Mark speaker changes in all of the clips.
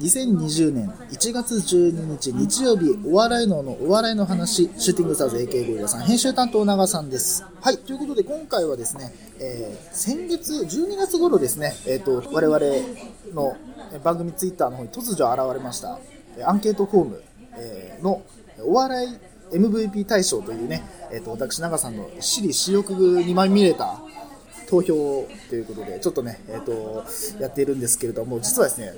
Speaker 1: 2020年1月12日日曜日、お笑いののお笑いの話、シューティングスターズ AK54 さん、編集担当長さんです。はい、ということで今回はですね、えー先月、12月頃ですね、えっ、と、我々のえ番組ツイッターの方に突如現れました、えアンケートフォーム、えーのお笑い MVP 大賞というね、えっ、と、私長さんの私利私欲にまみれた投票ということで、ちょっとね、えっ、と、やっているんですけれども、実はですね、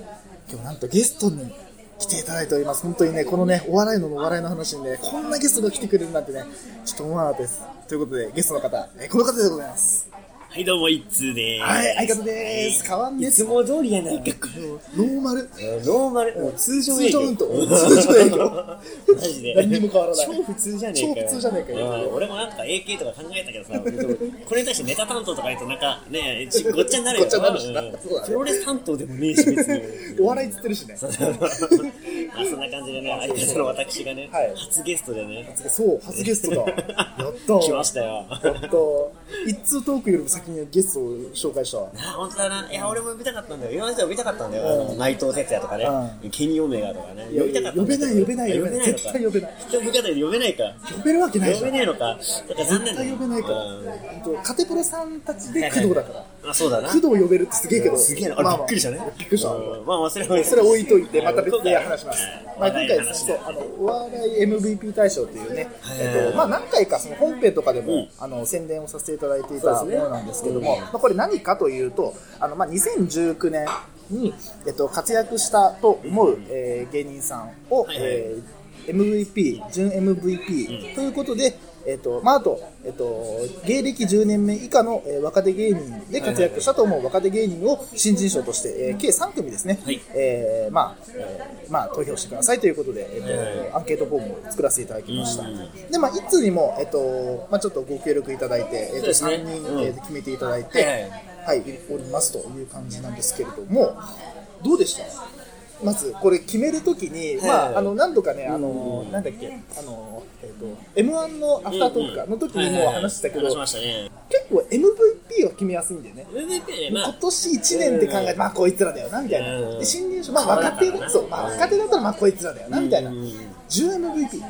Speaker 1: 今日なんとゲストに来ていただいております。本当にね、このね、お笑いのお笑いの話にね、こんなゲストが来てくれるなんてね、ちょっと思わなかったです。ということで、ゲストの方、えーこの方でございます。
Speaker 2: はい、どうも、一通でーす。
Speaker 1: はい、相方です。変わんねえっ
Speaker 2: い
Speaker 1: す
Speaker 2: つも通りやないか、これ。
Speaker 1: ノーマル。
Speaker 2: ノーマル、もう通常
Speaker 1: 通
Speaker 2: 営業。
Speaker 1: 常運動。 通常営業。
Speaker 2: マジで。
Speaker 1: 何にも変わらない
Speaker 2: 超普通じゃねえかよ。
Speaker 1: 超普通じゃねえかよ
Speaker 2: うん俺もなんか AK とか考えたけどさ、 これに対してネタ担当とか言うと、なんかね、ちごっちゃになるよ
Speaker 1: ごっちゃになるしな
Speaker 2: うん
Speaker 1: そうだね
Speaker 2: プロレス担当でもねえし、別に。
Speaker 1: お笑いっつってるしね。
Speaker 2: まあ、そんな感じでね、相方の私がね、
Speaker 1: はい
Speaker 2: 初ゲストでね、
Speaker 1: そう、初ゲストだ。やった。
Speaker 2: 来ましたよ。
Speaker 1: やった。一通トークよりも先にゲストを紹介したわ。
Speaker 2: あ本当だな。いや、俺も見たかったんだよ。いろんな人が見たかったんだよ。あの内藤哲也とかね、ケニー・オメガとかね。
Speaker 1: いや
Speaker 2: 呼びたかった
Speaker 1: 呼
Speaker 2: んだ
Speaker 1: べ
Speaker 2: けど
Speaker 1: ない、呼べない、呼べない。
Speaker 2: のか
Speaker 1: 絶対呼べない。
Speaker 2: 人向かないで呼べないか。
Speaker 1: 呼べるわけないじゃ
Speaker 2: 呼
Speaker 1: ん。
Speaker 2: べないのか。だから残念
Speaker 1: 絶
Speaker 2: だ
Speaker 1: 対
Speaker 2: よ
Speaker 1: 呼べないから。ほんとカテプロさんたちで工藤だから。
Speaker 2: ら。あ、そうだな。
Speaker 1: 工藤呼べるってすげえけど。
Speaker 2: すげえな。あれ
Speaker 1: ま
Speaker 2: び
Speaker 1: あま
Speaker 2: っ
Speaker 1: あ
Speaker 2: くりしたね。
Speaker 1: びっくりした。
Speaker 2: うんまあ、忘れない。
Speaker 1: それは置いといて、また別で話します。まあ、今
Speaker 2: 今
Speaker 1: 回
Speaker 2: 回
Speaker 1: ですね、そう、あの、お笑い MVP 大賞っていうね、えっと、まあ、何回かその本編とかでも、
Speaker 2: うん
Speaker 1: あの、宣伝をさせていただいてい
Speaker 2: そ
Speaker 1: た
Speaker 2: う
Speaker 1: も
Speaker 2: ですね
Speaker 1: のなんですけども、まあ、これ何かというと、あの、まあ、2019年に、えっと、活躍したと思う、えー芸人さんを、
Speaker 2: はいはい
Speaker 1: えー MVP、準 MVP ということで、えっと、まあ、あと、えっと、芸歴10年目以下の、えー若手芸人で活躍したと思う若手芸人を新人賞として、えー計3組ですね、
Speaker 2: はい
Speaker 1: えーまあ、えーまあ、投票してくださいということで、えっと
Speaker 2: はい
Speaker 1: アンケートフォームを作らせていただきました。
Speaker 2: うん
Speaker 1: で、まあ、いつにも、えっと、まあ、ちょっとご協力いただいて、えっ
Speaker 2: そう
Speaker 1: と、
Speaker 2: ですね
Speaker 1: 3人、
Speaker 2: うん
Speaker 1: えー決めていただい
Speaker 2: は
Speaker 1: て
Speaker 2: いは、
Speaker 1: はい、おりますという感じなんですけれども、どうでしたまず、これ決めるときに、
Speaker 2: はい
Speaker 1: まあ、あの、何度かね、あの、なんだっけ、あの、えっと、M1 のアフタートークかの時にもう話してたけど、
Speaker 2: 話しま
Speaker 1: 結
Speaker 2: したね。
Speaker 1: 構 MVP は決めやすいんだよね。
Speaker 2: MVP ね、ま
Speaker 1: 今
Speaker 2: あ、
Speaker 1: 年1年で考えて、まあこいつらだよなみたい
Speaker 2: うん
Speaker 1: な、で新入賞、まあ若手だそう、まあ、若手だったらまあこいつらだよなみたいな、
Speaker 2: うん
Speaker 1: 10MVP、10MVP っていうね、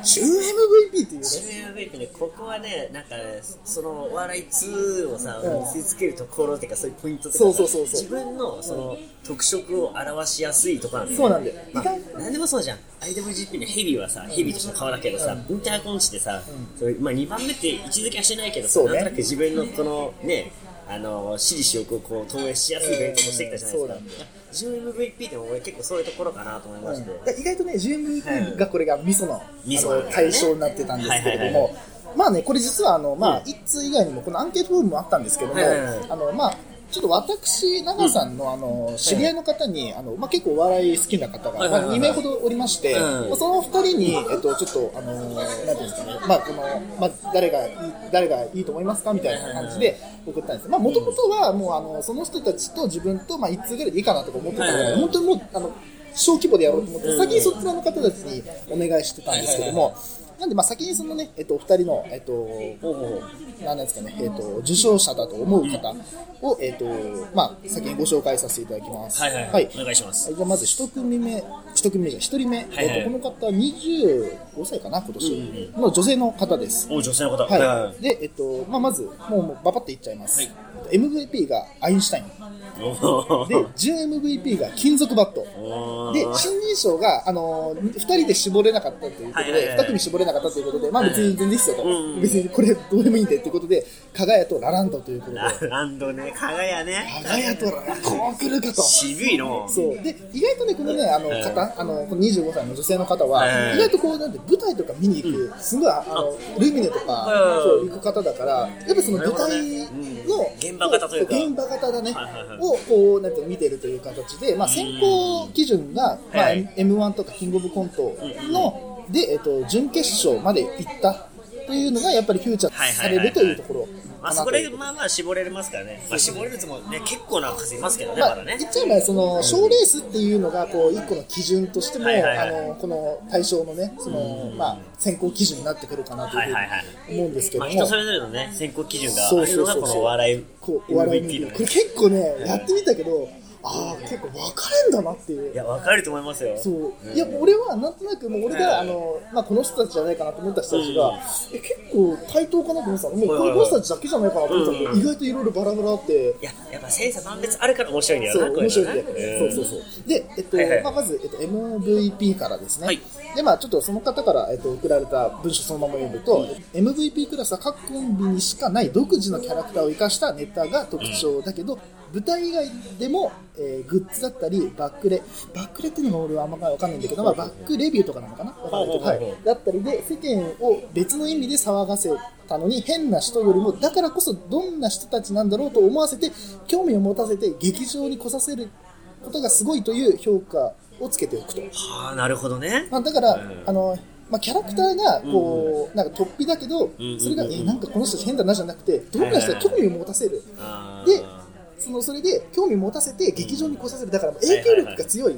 Speaker 2: MVP ね、ここはね、なんかね、そのお笑い2をさ、
Speaker 1: うん
Speaker 2: 見せつけるところっていうか、そういうポイントとかさ
Speaker 1: そうそうそうそう
Speaker 2: 自分のその特色を表しやすいところなんだよね
Speaker 1: そうなんだよ、意
Speaker 2: まあ
Speaker 1: 外と、、
Speaker 2: 何でもそうじゃん IWGP のヘビはさヘビとしての顔だけどさ、インターコンチでさ、それまあ、2番目って位置づけはしてないけどさ、
Speaker 1: そうね
Speaker 2: なんとなく自分のこのねあの私利私欲をこう投影しやすい勉強もしてきたじゃない
Speaker 1: うんそうなんだ
Speaker 2: ですか、自分 MVP でも俺結構そういうところかなと思いまして、
Speaker 1: で意外とね、10MVP がこれが味噌のあ
Speaker 2: 味噌なんだ
Speaker 1: の
Speaker 2: ね
Speaker 1: 対象になってたんですけれど
Speaker 2: はい
Speaker 1: も。まあね、これ実はあの、まあ
Speaker 2: う、ん
Speaker 1: 一通以外にもこのアンケートフォームもあったんですけども、
Speaker 2: はいはいはい
Speaker 1: あの、まあ、ちょっと私、長さんのあの、知り合いの方に、あの、まあ結構お笑い好きな方
Speaker 2: は
Speaker 1: が、
Speaker 2: いはい
Speaker 1: まあ
Speaker 2: はい
Speaker 1: 2名ほどおりまして、
Speaker 2: うん
Speaker 1: まあその2人に、えっと、ちょっと、あの、なんていうんですかね、まあこの、まあ誰がいい、誰がいいと思いますかみたいな感じで送ったんです。まあもともとはもうあの、その人たちと自分と、まあ一通ぐらいでいいかなとか思ってたぐ
Speaker 2: はいは
Speaker 1: ら
Speaker 2: い
Speaker 1: い
Speaker 2: はい
Speaker 1: 本当にもうあの小規模でやろうと思って、先にそちらの方たちにお願いしてたんですけども、なんで、まあ、先にそのね、えっと、お二人の、えっと、
Speaker 2: ほうほうほう
Speaker 1: なんなんですかね、えっと、受賞者だと思う方を、えっと、まあ、先にご紹介させていただきます。
Speaker 2: はいはいはいお願いします
Speaker 1: じゃあ、まず一組目、一組目じゃ、一人目、
Speaker 2: はいはい
Speaker 1: えっと、この方、25歳かな、今年の女性の方です。
Speaker 2: お女性の方はいはい
Speaker 1: はい。で、えっと、まあ、まず、もう、もうババっていっちゃいます。
Speaker 2: はい
Speaker 1: えっと MVP がアインシュタイン。
Speaker 2: おー
Speaker 1: で、10MVP が金属バット。
Speaker 2: おー
Speaker 1: で、新人賞が、あのー、2人で絞れなかったということ
Speaker 2: はいはいは
Speaker 1: で、
Speaker 2: い
Speaker 1: 2組絞れなかったということで、まあ別に全然いいっすよと
Speaker 2: うんう。ん
Speaker 1: 別にこれどうでもいいんでということで、加賀屋とラランドということで、
Speaker 2: ラランドね加賀屋ね
Speaker 1: 加賀屋とラランド、こう来るかと。
Speaker 2: 渋いの
Speaker 1: そう。で、意外とね、このね、あの、
Speaker 2: はい
Speaker 1: 方、あの、この25歳の女性の方は
Speaker 2: はいは、い
Speaker 1: 意外とこう、なんて、舞台とか見に行く、すごい、あの、ルミネとか
Speaker 2: いは、い
Speaker 1: そう、行く方だから、やっぱその舞台の、
Speaker 2: うん現場型というか
Speaker 1: そう現場型だね
Speaker 2: はいはいはい、
Speaker 1: を、こう、なんて、見てるという形で、まあ、選考基準が、まあ、
Speaker 2: はい
Speaker 1: M1 とかキングオブコントの、で、えっと、準決勝まで行った。というのがやっぱりフューチャーされるというところか
Speaker 2: まあ、
Speaker 1: な
Speaker 2: そ
Speaker 1: と
Speaker 2: れ
Speaker 1: いう
Speaker 2: まあまあ絞れますからね、まあ、絞れるつもね結構な数いますけどね、ま
Speaker 1: まあ
Speaker 2: だ、ね
Speaker 1: 言っちゃえばその賞レースっていうのがこう一個の基準としても、
Speaker 2: はいはいはい
Speaker 1: あのこの対象のねそのまあ選考基準になってくるかなというふうに
Speaker 2: はいはいはい
Speaker 1: 思うんですけど
Speaker 2: まあ、
Speaker 1: も、
Speaker 2: 人それぞれのね選考基準があるのがこのお笑い
Speaker 1: こうお笑い
Speaker 2: MVP の
Speaker 1: これ
Speaker 2: ね
Speaker 1: 結構ねやってみたけどああ、結構分かれんだなっていう
Speaker 2: い。や、わかると思いますよ。
Speaker 1: そう
Speaker 2: う。ん
Speaker 1: いや、俺はなんとなく、もう俺が、
Speaker 2: う
Speaker 1: あ
Speaker 2: ん
Speaker 1: の、まあ、この人たちじゃないかなと思った人たちが
Speaker 2: うん、
Speaker 1: え結構対等かなと思ってたの。もう、こ
Speaker 2: はいはい
Speaker 1: の
Speaker 2: はい
Speaker 1: 人たちだけじゃないかなと思ってたの
Speaker 2: うん
Speaker 1: 意外といろいろバラバラあって。
Speaker 2: いや、やっぱ千差万別あるから面白いんだよ
Speaker 1: そ
Speaker 2: な、
Speaker 1: う、
Speaker 2: こ
Speaker 1: 面白い
Speaker 2: の
Speaker 1: んだよね。そうそうそう。で、えっと
Speaker 2: はいは、い
Speaker 1: まあまず、えっと、MVP からですね。
Speaker 2: はい
Speaker 1: で、まあ、ちょっとその方から、えっと、送られた文章そのまま読むと、MVP クラスは各コンビにしかない独自のキャラクターを生かしたネタが特徴だけど、舞台以外でも、えーグッズだったり、バックレ、バックレっていうのが俺はあんまわかんないんだけど、まあ、バックレビューとかなのかなわかんないけど
Speaker 2: は
Speaker 1: はい
Speaker 2: はいはい
Speaker 1: い。だったりで、世間を別の意味で騒がせたのに、変な人よりも、だからこそどんな人たちなんだろうと思わせて、興味を持たせて、劇場に来させることがすごいという評価をつけておくと。
Speaker 2: はあ、なるほどね。
Speaker 1: まあ、だから、
Speaker 2: うん
Speaker 1: あの、まあ、キャラクターが、こう、なんか突飛だけど、
Speaker 2: うん
Speaker 1: それが、
Speaker 2: うん
Speaker 1: え、なんかこの人変だなじゃなくて、どんな人が興味を持たせる。
Speaker 2: あ
Speaker 1: で
Speaker 2: ー、
Speaker 1: その、それで興味を持たせて、劇場に来させる。だから、影響力が強い。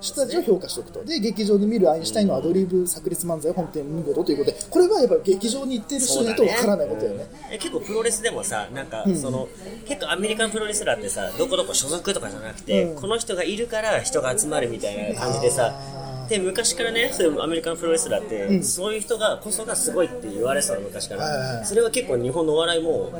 Speaker 1: 人たちを評価しておくと。で、劇場に見るアインシュタインのアドリブ炸裂漫才は本店見事ということで、これはやっぱり劇場に行ってる人
Speaker 2: そう
Speaker 1: じゃな
Speaker 2: だ
Speaker 1: いと
Speaker 2: ね
Speaker 1: わからないことだよね。
Speaker 2: え結構プロレスでもさなんか
Speaker 1: うん
Speaker 2: その、結構アメリカンプロレスラーってさどこどこ所属とかじゃなくて、
Speaker 1: うん
Speaker 2: この人がいるから人が集まるみたいな感じでさ
Speaker 1: あー
Speaker 2: で昔からねそういうアメリカンプロレスラーって、
Speaker 1: うん
Speaker 2: そういう人がこそがすごいって言われてたの昔か
Speaker 1: はいはいは
Speaker 2: ら
Speaker 1: い
Speaker 2: それは結構日本のお笑いも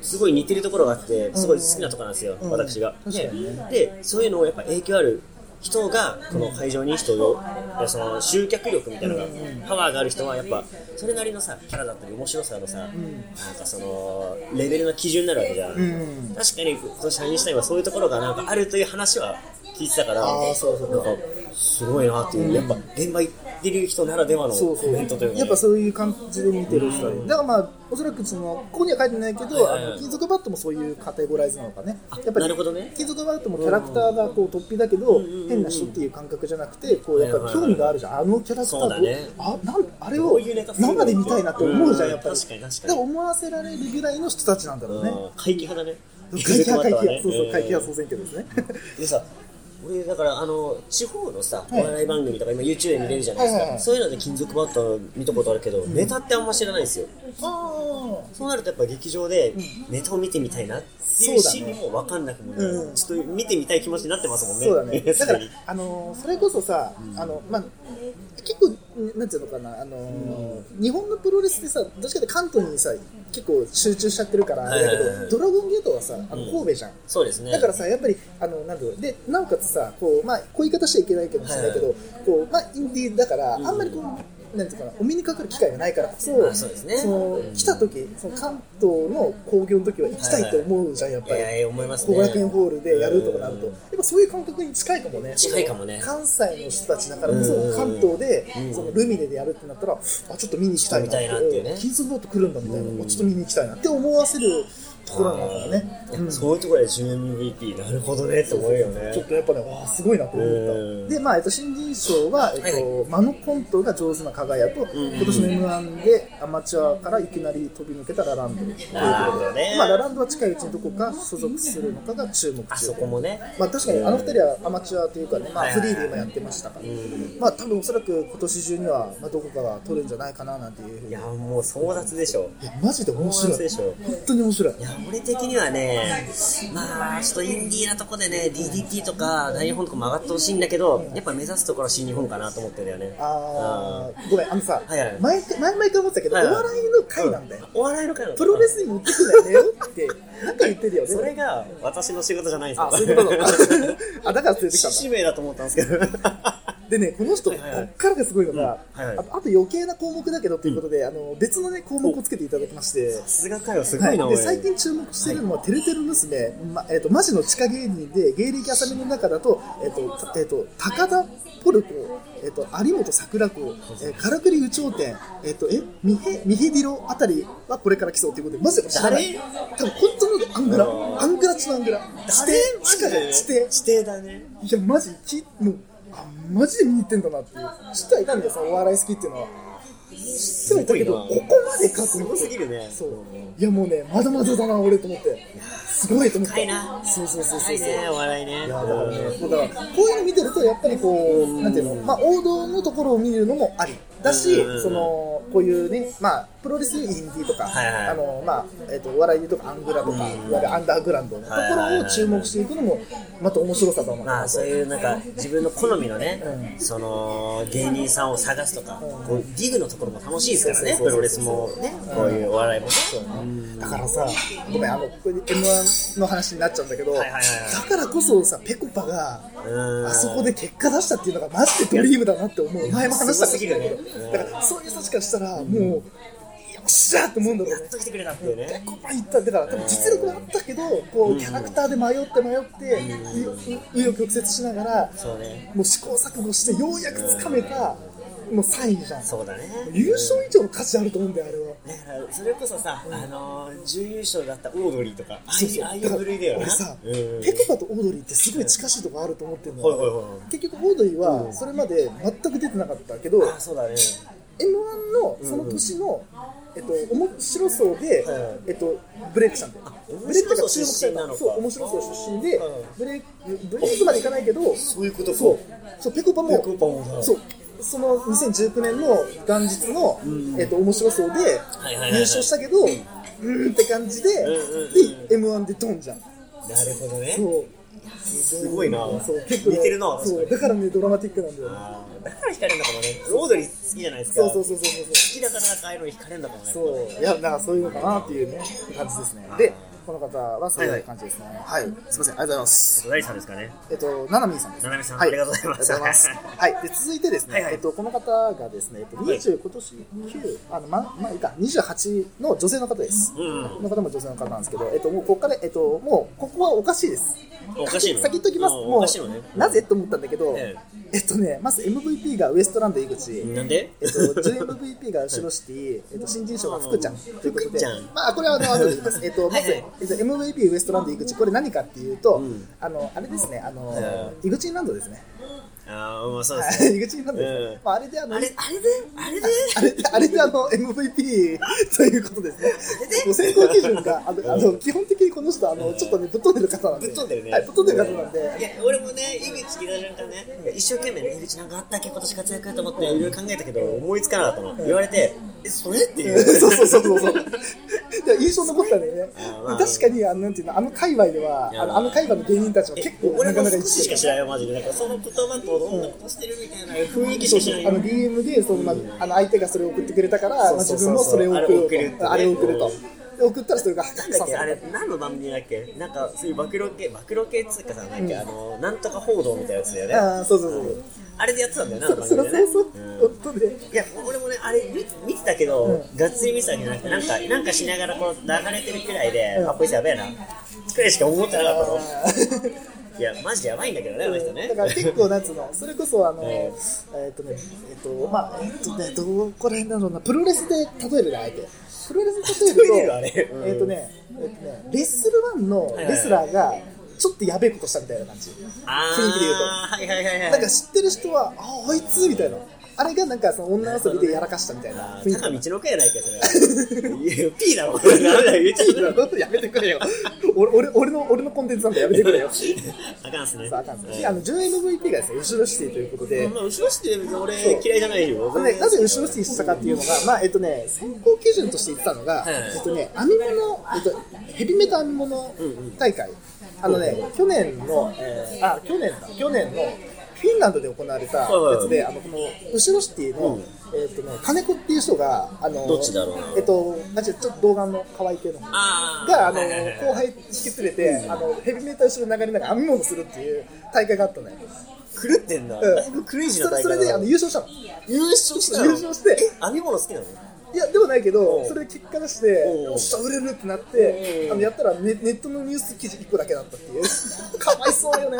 Speaker 2: すごい似てるところがあってすごい好きなところなんですよ、
Speaker 1: うん
Speaker 2: 私が、
Speaker 1: 確かにね
Speaker 2: でそういうのをやっぱ影響ある人がこの会場に人をその集客力みたいなのがパワーがある人はやっぱそれなりのさキャラだったり面白さのさ、なんかそのレベルの基準になるわけじゃん、
Speaker 1: ん
Speaker 2: 確かに今年アインシュタインはそういうところがなんかあるという話は聞いてたから
Speaker 1: あーそうそう
Speaker 2: なんかすごいなっていう、やっぱ現場行ってる人ならではの
Speaker 1: そう
Speaker 2: コ
Speaker 1: そう。
Speaker 2: メントというかね、
Speaker 1: やっぱそういう感じで見てる人だね
Speaker 2: うん
Speaker 1: だからまあ、おそらくその、ここには書いてないけど、
Speaker 2: はいはいはい
Speaker 1: あの金属バットもそういうカテゴライズなのかね。やっぱ
Speaker 2: な
Speaker 1: り
Speaker 2: るほどね
Speaker 1: 金属バットもキャラクターがこう突飛だけど、
Speaker 2: んうん
Speaker 1: 変な人っていう感覚じゃなくて、こうやっぱり興味があるじゃん。あのキャラクター
Speaker 2: そうだね
Speaker 1: と、あ、なん、あれ
Speaker 2: ど
Speaker 1: を
Speaker 2: ういうネタするの
Speaker 1: 生で見たいなって思うじゃん、
Speaker 2: うん
Speaker 1: やっぱり。
Speaker 2: 確かに確かに
Speaker 1: だら思わせられるぐらいの人たちなんだろうね。
Speaker 2: うん怪奇派だね
Speaker 1: 会期派、会期派。そうそう、会期
Speaker 2: 派
Speaker 1: 派総選挙ですね。
Speaker 2: でさ俺だからあの地方のさお
Speaker 1: い
Speaker 2: 笑い番組とか今 YouTube で見れるじゃない
Speaker 1: は
Speaker 2: ですか、
Speaker 1: いはいはい
Speaker 2: そういうので金属バット見たことあるけど、ネタってあんま知らないんですよ
Speaker 1: ああ。
Speaker 2: そうなるとやっぱ劇場でネタを見てみたいなっていう
Speaker 1: そうだね
Speaker 2: 心理も分かんなくもない、
Speaker 1: うん
Speaker 2: ちょっと見てみたい気持ちになってますもんね
Speaker 1: そう だね。だから
Speaker 2: 常に、
Speaker 1: あのーそれこそさ、あの、まあ、結構、なんていうのかな、あのー日本のプロレスってさ、どっちかって関東にさ、結構集中しちゃってるから、あれだけ
Speaker 2: はいはいは
Speaker 1: ど、
Speaker 2: い
Speaker 1: ドラゴンゲートはさ、あの、神戸じゃん。
Speaker 2: そうですね
Speaker 1: だからさ、やっぱり、あの、なんだろう、で、なおかつさ、こう、まあ、こういう言い方しちゃいけないけど、し
Speaker 2: はい
Speaker 1: ないけど、こう、まあ、インディーだから、あんまりこう、なんていうかな、お目にかかる機会がないからこ
Speaker 2: ま
Speaker 1: そ、
Speaker 2: あそうですね
Speaker 1: その
Speaker 2: うん
Speaker 1: 来た時、その関東の興行の時は行きたいと思うじゃん、やっ
Speaker 2: い
Speaker 1: ぱり。
Speaker 2: やいや思いますね
Speaker 1: 後楽園ホールでやるとかなると、
Speaker 2: う
Speaker 1: や
Speaker 2: ん
Speaker 1: っぱそういう感覚に近いかもね、
Speaker 2: 近いかもね
Speaker 1: 関西の人たちだからこそ、
Speaker 2: うん
Speaker 1: 関東で、そのルミネでやるってなったら、あちょっと見に行きたいな
Speaker 2: ちょっと見たいなっていうね
Speaker 1: 金属バット来るんだみたいな、ちょっと見に行きたいなって思わせるところなんだからね、
Speaker 2: うんそういうところで準 MVP なるほどねって思うよね
Speaker 1: ちょっとやっぱね、わあすごいなと思った。
Speaker 2: うん
Speaker 1: で、まあ、えっと、新人賞は、えっと、
Speaker 2: はい
Speaker 1: 間のコントが上手な加賀谷と、
Speaker 2: ん
Speaker 1: 今年の M1 でアマチュアからいきなり飛び抜けたラランドということで、
Speaker 2: なるほどね
Speaker 1: まあ、ラランドは近いうちにどこか所属するのかが注目
Speaker 2: あ
Speaker 1: 中
Speaker 2: そ。こもね
Speaker 1: まあ、確かにあの二人はアマチュアというかね、まあ、
Speaker 2: はい
Speaker 1: フリーで今やってましたから、まあ、多分おそらく今年中には、まあ、どこかが取るんじゃないかななんていうふうに
Speaker 2: いやもう争奪でしょ
Speaker 1: いやマジで面
Speaker 2: 争奪
Speaker 1: 白
Speaker 2: で
Speaker 1: い
Speaker 2: しょ
Speaker 1: 本当に面白い
Speaker 2: いや俺的にはね、まあ、ちょっとインディーなとこでね、DDT とか大日本とか曲がってほしいんだけど、やっぱ目指すところは新日本かなと思ってんだよね。
Speaker 1: あーごめんあのさ、
Speaker 2: はいはい
Speaker 1: 前前々から思ってたけど、
Speaker 2: はいはい
Speaker 1: お笑いの回なんだよ、
Speaker 2: お笑いの会の
Speaker 1: プロレスに持ってくんだよねよってなんか言ってるよね
Speaker 2: それが私の仕事じゃないん
Speaker 1: あそう
Speaker 2: です
Speaker 1: いう
Speaker 2: よ。
Speaker 1: ことだ あだから連れてきたんだ
Speaker 2: 使命だと思ったんですけど。
Speaker 1: でね、この人、
Speaker 2: はいはいはい
Speaker 1: こっからがすごいのが、
Speaker 2: うんはいはい
Speaker 1: あとあと余計な項目だけどということで、あの別の、ね、項目をつけていただきまして、
Speaker 2: すがかよ、すご
Speaker 1: はいい、
Speaker 2: な、お
Speaker 1: で
Speaker 2: い
Speaker 1: 最近注目してるのは、てるてる娘、まえーと、マジの地下芸人で、芸歴浅めの中だと、えーとえーと高田ポルコ、えーと有本桜子、えー、からくり有頂天、えーとえミヘミヘディロあたりはこれから来そうということで、マジで知らない、多分本当のアングラ、アングラ中のアングラ、地底
Speaker 2: 誰
Speaker 1: 地下で地底。
Speaker 2: 指定だね。
Speaker 1: いや、マジ、きもうあ、マジで見に行ってんだなっていう。知ってはいたんだよ、そのお笑い好きっていうのは。知ってはいたけど、
Speaker 2: すごい
Speaker 1: ここ
Speaker 2: な
Speaker 1: までかと
Speaker 2: す
Speaker 1: 思
Speaker 2: ご
Speaker 1: っ
Speaker 2: す
Speaker 1: て。
Speaker 2: ぎるね。
Speaker 1: そう。いや、もうね、まだまだだな、俺と思って。すごいと思った。
Speaker 2: 深いな
Speaker 1: そうそうそうそ
Speaker 2: は
Speaker 1: う
Speaker 2: い
Speaker 1: そう。
Speaker 2: ね、お笑いね。
Speaker 1: いやだからね、そうだからこういうの見てると、やっぱりこう、なんていうの、まあ、王道のところを見るのもありだし、
Speaker 2: うん
Speaker 1: その、こういうね、まあ、プロレスでいうインディーとか、
Speaker 2: はいはい
Speaker 1: あの、まあ、えっ、と、お笑いでいうとか、アングラとか、いわゆるアンダーグラウンドのとこ
Speaker 2: はいはいはい
Speaker 1: ろ
Speaker 2: は
Speaker 1: を
Speaker 2: い
Speaker 1: 注目していくのも、また面白さだと思う。
Speaker 2: まあそういうなんか自分の好みのね、
Speaker 1: う
Speaker 2: その芸人さんを探すとか、こうディグのところも楽しいですからね、
Speaker 1: そう
Speaker 2: プ
Speaker 1: そうそうそう
Speaker 2: ロレスもね、こういうお笑いもね。
Speaker 1: だからさ、ごめん、あの、これ M1 の話になっちゃうんだけど、
Speaker 2: いはいはいはい
Speaker 1: だからこそさ、ぺこぱが、
Speaker 2: うん
Speaker 1: あそこで結果出したっていうのがマジでドリームだなって思う。前も話した
Speaker 2: すごすぎるよね
Speaker 1: だから、そういう人しかしたら、もう、よっしゃーって思うんだろうね
Speaker 2: やっ。と来てくれたってい
Speaker 1: ぺ
Speaker 2: うね。
Speaker 1: こぱ行っただから多分実力はあったけどこうキャラクターで迷って迷ってうう紆余曲折しながら
Speaker 2: そうね。
Speaker 1: もう試行錯誤してようやくつかめたもう3位じゃん
Speaker 2: そうだね。
Speaker 1: 優勝以上の価値あると思うんだよあれは
Speaker 2: だからそれこそさ、あのー、準優勝だったオードリーとか、ああ
Speaker 1: そう
Speaker 2: い
Speaker 1: そう
Speaker 2: うああいう部類だよな。
Speaker 1: 俺さ
Speaker 2: うんうんうん
Speaker 1: ぺこぱとオードリーってすごい近しいとこあると思ってるの
Speaker 2: ほいほいほ
Speaker 1: 結局オードリーはそれまで全く出てなかったけど
Speaker 2: い。あ、そうだね。
Speaker 1: m 1のその年の、えっと、面白そうで、
Speaker 2: う
Speaker 1: えっと、ブレイクしたんだよブレイクが注目された
Speaker 2: 面白そう出身なのか
Speaker 1: そう面白そう出身で
Speaker 2: うん
Speaker 1: ブレイクブレイクまでいかないけど
Speaker 2: そういうことか
Speaker 1: そうそうペコパも
Speaker 2: ペコパもだ
Speaker 1: そうその2019年の元日の、えっと、面白そうで
Speaker 2: いはいはいはい
Speaker 1: 優勝したけど、うーんって感じで、
Speaker 2: うんうん
Speaker 1: で m 1でドンじゃん
Speaker 2: なるほどね。
Speaker 1: そう
Speaker 2: すごいな。
Speaker 1: そう
Speaker 2: 似
Speaker 1: 結構ね
Speaker 2: てるな、
Speaker 1: そ
Speaker 2: 確
Speaker 1: う
Speaker 2: か
Speaker 1: だ
Speaker 2: に。
Speaker 1: からねドラマティックなんだよね
Speaker 2: あーだから惹かれるのかもね。オードリー好きじゃないです
Speaker 1: そ
Speaker 2: か。
Speaker 1: うそう
Speaker 2: 好
Speaker 1: そうそうそう
Speaker 2: きだからなんかああいうのに惹かれるのかもね。
Speaker 1: そう、いや、なんかそういうのかなっていうね、感じですね。で、この方はそういう感じですね。はい、すみません、ありがとうございます。
Speaker 2: 大地さんですかね。
Speaker 1: えっと、ななみんさんです。
Speaker 2: ななみさん
Speaker 1: はい、
Speaker 2: ありがとうございます
Speaker 1: ありがとうございますはい、で、続いてですね、
Speaker 2: はいはい
Speaker 1: えっと、この方がですね、えっと、二十、今年九、あの、ま、まあ、いいか、二十八の女性の方です。
Speaker 2: うん
Speaker 1: この方も女性の方なんですけど、えっと、もうここから、えっと、もう、ここはおかしいです。
Speaker 2: おかしいの
Speaker 1: 先言っときます。
Speaker 2: うん
Speaker 1: も
Speaker 2: おかしいのね。
Speaker 1: う、なぜと思ったんだけど
Speaker 2: え、
Speaker 1: えっとね、まず MVP がウエストランド井口。
Speaker 2: なんで
Speaker 1: えっと、準 MVP が後ろシティ、えっと、新人賞が福ちゃんということ
Speaker 2: 福
Speaker 1: で
Speaker 2: ちゃん、
Speaker 1: まあ、これはあの後で言います。えっと、まず、
Speaker 2: はいは
Speaker 1: え
Speaker 2: い
Speaker 1: っと、MVP ウエストランド井口、これ何かっていうと
Speaker 2: ん、
Speaker 1: あの、あれですね、あの
Speaker 2: は、
Speaker 1: 井口インランドですね。
Speaker 2: ああ、まあそうですね。
Speaker 1: 井口インランドです
Speaker 2: う
Speaker 1: ね
Speaker 2: ん。
Speaker 1: まあ、あれであの、
Speaker 2: あ
Speaker 1: あ
Speaker 2: れ
Speaker 1: れ、
Speaker 2: あれであれで
Speaker 1: あれであの、MVP ということですね。ご選考基準が、あの、あの基本的にこの人、あの、ちょっとね、ぶっ飛んでる方なんで。
Speaker 2: ぶっ飛んでるね。
Speaker 1: はい、ぶっ飛んでる方なん
Speaker 2: い
Speaker 1: で。
Speaker 2: や、俺もね、井口聞いた瞬間ね、一生懸命ね、井口なんかあったっけ、今年活躍と思って、いろいろ考えたけど、思いつかなかったの。言われて、え、それっていう。
Speaker 1: そうそうそうそうそう。で印象残ったんだよね
Speaker 2: あーま。あ
Speaker 1: 確かに、あの、なんていうの、あの界隈では、あのあの界隈の芸人たちは
Speaker 2: え
Speaker 1: 結構、
Speaker 2: 俺
Speaker 1: なかな
Speaker 2: も
Speaker 1: か
Speaker 2: 少
Speaker 1: 一
Speaker 2: ししか知らんよ、マジで。なんか、その言葉とどんなことしてるみたいな雰囲気し
Speaker 1: そう
Speaker 2: か知
Speaker 1: そう
Speaker 2: らん
Speaker 1: あの
Speaker 2: よ。
Speaker 1: DM でその、まあ、あの相手がそれを送ってくれたから、まあ、
Speaker 2: そう
Speaker 1: 自
Speaker 2: そうそうそう
Speaker 1: 分もそれを送るとあ
Speaker 2: あ
Speaker 1: れ
Speaker 2: れ
Speaker 1: を
Speaker 2: を
Speaker 1: 送
Speaker 2: 送
Speaker 1: る
Speaker 2: る
Speaker 1: と
Speaker 2: と
Speaker 1: で送ったらそれが拡
Speaker 2: なんだっ
Speaker 1: 散
Speaker 2: け
Speaker 1: さ
Speaker 2: あ
Speaker 1: れ
Speaker 2: れ何の番組だっけなんかそういう暴露系暴露系っつうかさなんかあのなんとか報道みたいなやつだよ
Speaker 1: た
Speaker 2: ね
Speaker 1: ああそうそうそう
Speaker 2: あれでやってたんだよなあの番
Speaker 1: そう
Speaker 2: 組
Speaker 1: そう
Speaker 2: で
Speaker 1: そうそう
Speaker 2: ねうん
Speaker 1: 本当で
Speaker 2: いや、俺もね、あれ見見てたけど、がっつり見てたわけじゃなくて、なんか、なんかしながらこう流れてるくらいで、あ、こいつやべえな。くらいしか思ってなかったの。いや、マジやばいんだけどね、あの人ね。
Speaker 1: だから 結構なんつうのそれこそあのえーっとねえっとまあえっとねどこら辺だろうなプロレスで例えるねあえてプロレスで例え
Speaker 2: 例え
Speaker 1: る
Speaker 2: る
Speaker 1: と
Speaker 2: あれうん
Speaker 1: えっとねえっとねレッスルワンのレスラーがちょっとやべえことしたみたいな感じ
Speaker 2: あ
Speaker 1: 雰囲気で言うと
Speaker 2: あー、はいはいはいはい。
Speaker 1: なんか知ってる人はああいつみたいなあれがなんかその女遊びでやらかしたみたいな
Speaker 2: あ
Speaker 1: 雰囲
Speaker 2: ー
Speaker 1: 気
Speaker 2: 高道のくやないか、それは。いや、ピーだろ、これ。ダメだ、言っちゃうだろ。
Speaker 1: やめてくれよ。 俺、俺、俺の、俺のコンテンツなんだやめてくれよ。さ
Speaker 2: あかんっすね。
Speaker 1: あ、あかんです。で、あの、10 MVP がですね、後ろシティということで、
Speaker 2: まあ、後ろして俺嫌いじゃないよ。
Speaker 1: ね、なぜ後ろシティしたかっていうのが、まあ、えっとね、選考基準として言ってたのが、
Speaker 2: い
Speaker 1: えっとね、編み物、えっと、ヘビメタ編み物大会。あのね、去年の、えーあ、去年だ、去年の、フィンランドで行われたやつで、あの、この、後ろシティの、えっとね、金子っていう人が、あの、
Speaker 2: どっちだろうな
Speaker 1: えっと、あ、ちょっと動画の可愛い系の。
Speaker 2: あー
Speaker 1: があの
Speaker 2: はいはいはい
Speaker 1: 後輩引き連れてあのヘビメーター後ろに流れながら編み物するっていう大会があったのよ、
Speaker 2: 狂ってん
Speaker 1: う
Speaker 2: だ。
Speaker 1: ん
Speaker 2: だいぶクレイジー
Speaker 1: そ
Speaker 2: な
Speaker 1: れ
Speaker 2: 大
Speaker 1: それ
Speaker 2: 会
Speaker 1: で
Speaker 2: だ
Speaker 1: あの
Speaker 2: な。
Speaker 1: 優勝したの
Speaker 2: 優勝したの
Speaker 1: 優勝して
Speaker 2: え編み物好きなの
Speaker 1: いやでもないけど
Speaker 2: うん
Speaker 1: それ結果出して
Speaker 2: うん
Speaker 1: おっしゃ売れるってなって
Speaker 2: うん
Speaker 1: あのやったらネネットのニュース記事1個だけだったっていうかわいそうよね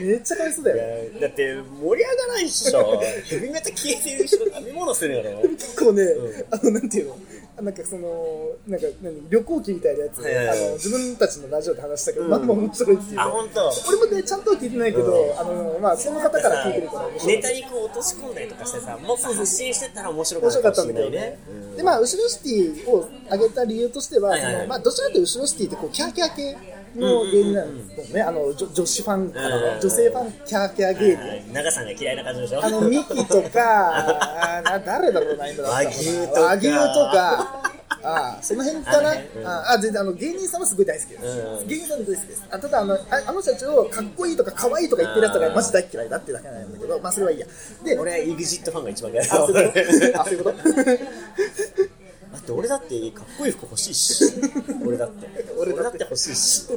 Speaker 1: めっちゃかわいそうだよね
Speaker 2: いやだって盛り上がらないっしょヘビメタ消えてる人編み物するよね
Speaker 1: 結構ね、あのなんていうのあなんかそのなんか何旅行記みたいなやつ、
Speaker 2: はいはいはい
Speaker 1: あの自分たちのラジオで話したけど、まあまあ面白いっていうね、
Speaker 2: あ本当。
Speaker 1: 俺もねちゃんとは聞いてないけど、あのまあその方から聞いてるから面白い
Speaker 2: ネタにこう落とし込んだりとかしてさもっと発信してったら面白か
Speaker 1: 面
Speaker 2: っ
Speaker 1: 白
Speaker 2: た
Speaker 1: か
Speaker 2: かも
Speaker 1: っ
Speaker 2: したれ
Speaker 1: んだ
Speaker 2: な
Speaker 1: けど
Speaker 2: いね
Speaker 1: ね。でまあ後ろシティを上げた理由としては、
Speaker 2: はいはいはい
Speaker 1: そのまあどちらかというと後ろシティってこうキャーキャー系の芸人なんですね、あの女女子ファンからの、女性ファンキャーキャー芸人。
Speaker 2: 長さんが嫌いな感じでしょ
Speaker 1: あの、ミキとか、あーな誰だろうな、今だったの
Speaker 2: 和牛とか
Speaker 1: 和牛とか、あーその辺かな、
Speaker 2: あのねうん
Speaker 1: あーあ全然あの芸人さんはすごい大好きです、
Speaker 2: うん
Speaker 1: 芸人さんは大好きですあただあのああの人たちをかっこいいとかかわいいとか言ってるやつがマジ大嫌いだってだけなんだけどまあそれはいいやで
Speaker 2: 俺は EXIT ファンが一番嫌い
Speaker 1: あ
Speaker 2: だ
Speaker 1: そういうことあそういうこと
Speaker 2: だって俺だってかっこいい服欲しいし俺だって俺だって欲しいし
Speaker 1: そ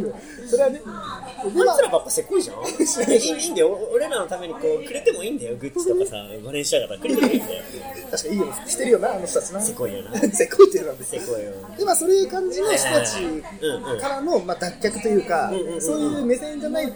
Speaker 1: れはね
Speaker 2: こいつらばっかせこいじゃんいいいいんだよ俺らのためにこうくれてもいいんだよグッズとかさバレンシアガとかくれてもいいんだよ
Speaker 1: 確かいいよしてるよなあの人たちな
Speaker 2: せ
Speaker 1: せ
Speaker 2: こいよな
Speaker 1: こいっていうのは別
Speaker 2: せ
Speaker 1: に
Speaker 2: こいよ
Speaker 1: でまあそういう感じの人たち
Speaker 2: うんうん
Speaker 1: からの、まあ、脱却というか、
Speaker 2: んうんうん
Speaker 1: そういう目線じゃない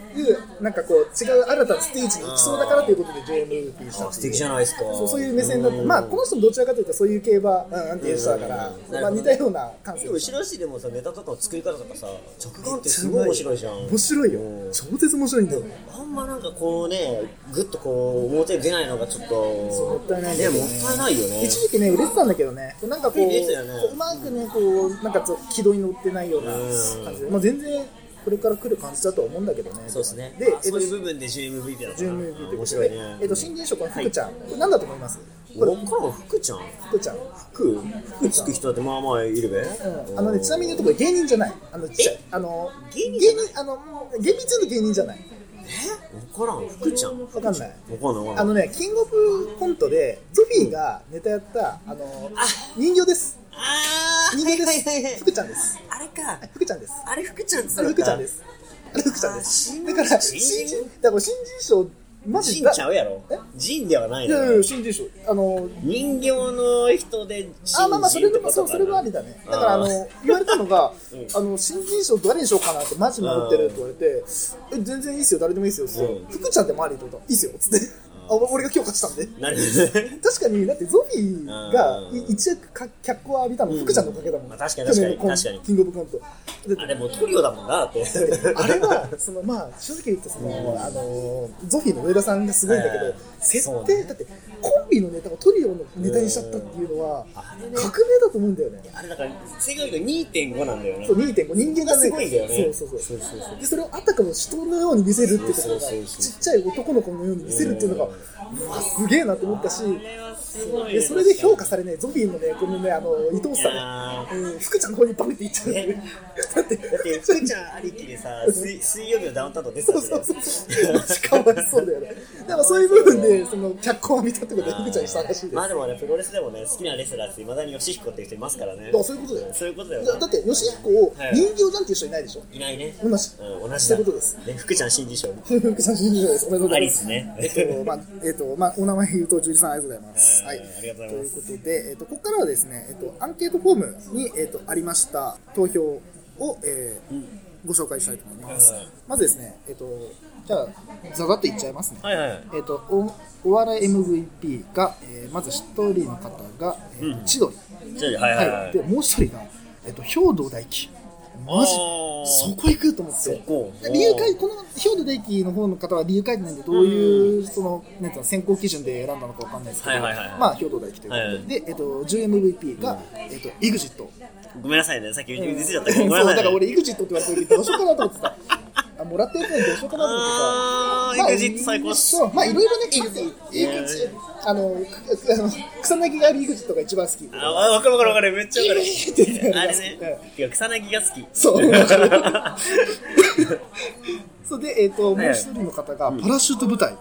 Speaker 1: なんかこう違う新たなステージに行きそうだからということでジョー・ムーピーした
Speaker 2: 素敵じゃないですか
Speaker 1: そうそういう目線だったまあこの人もどちらかというとそういう競馬、うん、安定したから
Speaker 2: うんうん、
Speaker 1: まあ、似たような感性
Speaker 2: でも後ろ足でもさネタとかの作り方とかさ着眼ってすごい面白いじゃん
Speaker 1: 面白いよ
Speaker 2: うん
Speaker 1: 超絶面白いんだよ
Speaker 2: あんまなんかこうねグッとこう表に出ないのがちょっと
Speaker 1: うもったいない
Speaker 2: ね
Speaker 1: よね
Speaker 2: もったいないよね
Speaker 1: 一時期ね売れてたんだけどねなんかこう,、
Speaker 2: 売れてたよね
Speaker 1: うまくねこうなんかちょっと軌道に乗ってないような感じで、まあ、全然これから来る感じだとは思うんだけどね
Speaker 2: そうですね
Speaker 1: で
Speaker 2: あ
Speaker 1: えっ
Speaker 2: そ
Speaker 1: と
Speaker 2: ういう部分で GMVP だったな
Speaker 1: JMV という
Speaker 2: 面
Speaker 1: こと
Speaker 2: 白い
Speaker 1: で、
Speaker 2: ね
Speaker 1: えっと新人賞この福ちゃん、これ何だと思いますこれ
Speaker 2: こからは福ちゃん
Speaker 1: 福ちゃん、
Speaker 2: 服服つく人だってまあまあいるべ、
Speaker 1: うん、あのねちなみに言うとこれ芸人じゃないあのちあの
Speaker 2: 芸人じ
Speaker 1: 芸
Speaker 2: ゃない
Speaker 1: 人あの厳密に言うと芸人じゃない
Speaker 2: 分からん福ちゃん分
Speaker 1: わかんない
Speaker 2: かんない分か
Speaker 1: あ
Speaker 2: んない
Speaker 1: のねキングオブコントでゾフィーがネタやったあの人形です
Speaker 2: あ
Speaker 1: 人形です、福ちゃんです
Speaker 2: あれか
Speaker 1: はい福ちゃんです
Speaker 2: あれ福ちゃんっつ
Speaker 1: あれ福ちゃんですあれ福ちゃんです
Speaker 2: あー
Speaker 1: だから
Speaker 2: 新
Speaker 1: 新
Speaker 2: 人
Speaker 1: 人だから新人賞マジ
Speaker 2: ジ
Speaker 1: だ
Speaker 2: ンちゃうやろ
Speaker 1: え
Speaker 2: ジンではない
Speaker 1: い
Speaker 2: の
Speaker 1: やいやい
Speaker 2: よ
Speaker 1: や新人賞あの
Speaker 2: 人形の人で
Speaker 1: あまあまあそれ
Speaker 2: って
Speaker 1: で
Speaker 2: こ
Speaker 1: も
Speaker 2: と
Speaker 1: そう
Speaker 2: かな
Speaker 1: それもありだねだからあの言われたの が、あの新人賞誰にしようかなってマジ迷ってるって言われてえ全然いいっすよ誰でもいいっすよっつって、
Speaker 2: うん
Speaker 1: 福ちゃんでもありってこといいっすよっつってあお俺が強化したんで
Speaker 2: なるほどね
Speaker 1: 確かにだってゾフィーが
Speaker 2: うん
Speaker 1: い一躍か脚光を浴びたの福ちゃんのおかげだもん、
Speaker 2: まあ確かに確かに
Speaker 1: 去年のコン
Speaker 2: 確かに
Speaker 1: キングオブコントだって
Speaker 2: あれもうトリオだもんなだって
Speaker 1: あれ はそのまあ正直言ってその、あのゾフィーの上田さんがすごいんだけど、
Speaker 2: うん
Speaker 1: 設
Speaker 2: そう
Speaker 1: 定、
Speaker 2: ね
Speaker 1: だってコンビのネタをトリオのネタにしちゃったっていうのは、革命だと思うんだよね。
Speaker 2: あれだから正確に言うと2.5なんだよね
Speaker 1: そう2.5人間がね
Speaker 2: すごいんだよね
Speaker 1: そうそうそう
Speaker 2: そうそうそう
Speaker 1: でそれをあたかも人のように見せるってところが
Speaker 2: そうそうそう
Speaker 1: ちっちゃい男の子のように見せるっていうのがうわすげえなと思ったし
Speaker 2: あれはすごい
Speaker 1: で
Speaker 2: よ
Speaker 1: それで評価されないゾンビのねこのねあの伊藤さ
Speaker 2: いや
Speaker 1: ん、うん、福ちゃんの方にバメっていっちゃう、
Speaker 2: ね
Speaker 1: だって
Speaker 2: だって福ちゃんありきでさ水水曜日のダウンタウンと出て
Speaker 1: そ
Speaker 2: た
Speaker 1: う
Speaker 2: し
Speaker 1: そうそうそうマジかわいそうだよねでもそういう部分でその脚光を見たってことで福ちゃんにしたらしいです、
Speaker 2: まあでもねプロレスでもね好きなレスラーっていまだに吉彦っていう人いますからね
Speaker 1: だからそういうことだよ
Speaker 2: そういうことだよね
Speaker 1: だだって吉彦を
Speaker 2: はい
Speaker 1: 人形じゃんっていう人いないでしょ
Speaker 2: いないね
Speaker 1: 同じ
Speaker 2: うん、同じ
Speaker 1: そう
Speaker 2: だ
Speaker 1: いうことです
Speaker 2: ね福ちゃん新人賞
Speaker 1: 福ちゃん新人賞ですおめでとうご
Speaker 2: あ
Speaker 1: ざい
Speaker 2: りで
Speaker 1: ます
Speaker 2: すね
Speaker 1: えっと、まあ、えっと、まあ、お名前言うと、樹里さん、ありがとうございます。
Speaker 2: うん
Speaker 1: はい、
Speaker 2: ありがとうございます
Speaker 1: ということで、えっと、ここからはですね、えっと、アンケートフォームに、えっと、ありました投票を、えーご紹介したいと思います
Speaker 2: はい。
Speaker 1: まずですね、えっと、じゃあ、ざざっといっちゃいますね。
Speaker 2: はいはい
Speaker 1: えっと、おお笑い MVP が、えーまず一人の方が、えー千鳥、
Speaker 2: じゃあはいはいはい、
Speaker 1: で、もう一人が、えっと、兵藤大樹。マジ
Speaker 2: あー
Speaker 1: そこ行くと思って。
Speaker 2: そこ
Speaker 1: で理由書いこの兵藤大輝の方の方は理由書いてないんでどういうそのなんていうの選考基準で選んだのかわかんないですけ
Speaker 2: はい
Speaker 1: ど
Speaker 2: はいはいはい
Speaker 1: まあ兵藤大輝ということで、
Speaker 2: はいはい
Speaker 1: でえっと 10MVP がえっと EXIT
Speaker 2: ごめんなさいねさっき言ってちゃったけ
Speaker 1: そ
Speaker 2: ど
Speaker 1: う
Speaker 2: ごめんな
Speaker 1: だ
Speaker 2: さ
Speaker 1: か
Speaker 2: い、ね、
Speaker 1: ら俺 EXIT って言われた時どうしようかなと思ってたあもらったやつなんでどうしようかなと思ってさ
Speaker 2: あ
Speaker 1: ま
Speaker 2: ー
Speaker 1: あ
Speaker 2: EXIT 最高っす
Speaker 1: そうまあいろいろね EXIT あのくあの草薙がある EXIT が一番好き
Speaker 2: あわわかるわかるわかるめっちゃわか る
Speaker 1: EXIT
Speaker 2: あれねてか草薙が好き
Speaker 1: そうわかるそれでえっともう一人の方がパラシュート部隊、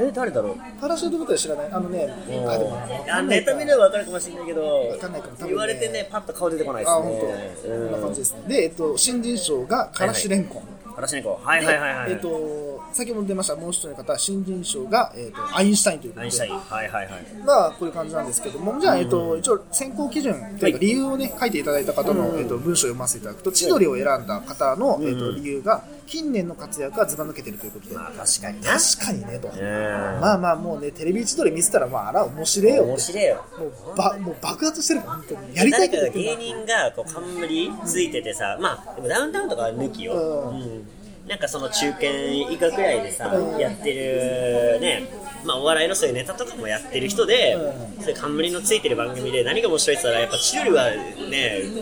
Speaker 2: え誰だろう
Speaker 1: パラシュート部隊知らないあのね、あ、でもわか
Speaker 2: あ
Speaker 1: んな
Speaker 2: ネ
Speaker 1: いか
Speaker 2: タ見ればわかるかもしれないけど
Speaker 1: かんないかも多分ね
Speaker 2: 言われてねパッと顔出てこないで
Speaker 1: あ、
Speaker 2: す
Speaker 1: 本当、
Speaker 2: ね
Speaker 1: こんな感じですね。で、えっと、新人賞がからしれんこん。
Speaker 2: 嵐猫はいはいはいはい
Speaker 1: えっと、先ほど出ましたもう一人の方、新人賞が、えっと、アインシュタインというこ
Speaker 2: 何
Speaker 1: と
Speaker 2: した
Speaker 1: で
Speaker 2: い。はいはいはい
Speaker 1: まあ、こういう感じなんですけども、じゃあ、えっと、一応、選考基準というか、
Speaker 2: はい
Speaker 1: 理由をね、書いていただいた方の、えっと、文章を読ませていただくと、千鳥を選んだ方の、えっと、理由が、近年の活躍がずば抜けてるということで、
Speaker 2: まあ確かにね
Speaker 1: 確かにね、と。
Speaker 2: うん
Speaker 1: まあまあ、もうね、テレビ千鳥見せたら、まあ、あら、面白いよって
Speaker 2: 面。白いよ
Speaker 1: もうばもう爆発してるから本当にやりたいこと
Speaker 2: 誰
Speaker 1: やっ
Speaker 2: か
Speaker 1: て
Speaker 2: が
Speaker 1: る
Speaker 2: 芸人がこう冠ついててさ、まあでもダウンタウンとかは抜きよ、
Speaker 1: うん
Speaker 2: うんなんかその中堅以下くらいでさ、やってるねまあ、お笑いのそういうネタとかもやってる人で、そういう冠のついてる番組で何が面白いって言ったらやっぱ千鳥はね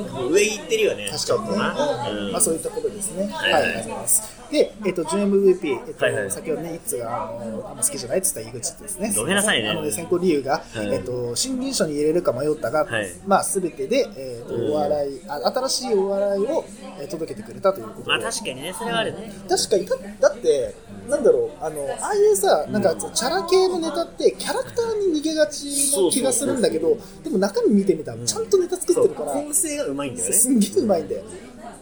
Speaker 2: 上行ってるよねちょっとな、
Speaker 1: う
Speaker 2: うんん
Speaker 1: まあ、そういったことですね。はい、
Speaker 2: いは
Speaker 1: あ
Speaker 2: い
Speaker 1: りがとうございます。で、えっと、準 MVP、えっと
Speaker 2: はいはい
Speaker 1: 先ほどね、いつがあのあんま好きじゃないって言った井口ですね。
Speaker 2: ごめんなさいね
Speaker 1: あの選考理由が、
Speaker 2: い
Speaker 1: えっと、新人賞に入れるか迷ったが、
Speaker 2: はい
Speaker 1: まあ、すべてで、えっと、お笑い、あ新しいお笑いをえー届けてくれたということで。
Speaker 2: まあ確かにねそれはあるね、
Speaker 1: 確かにだだってなんだろうあのああいうさなんかチャラ系のネタってキャラクターに逃げがちの気がするんだけどでも中身見てみたらちゃんとネタ作ってるから
Speaker 2: 構成がうまいんだよね
Speaker 1: すんげえうまいんだよ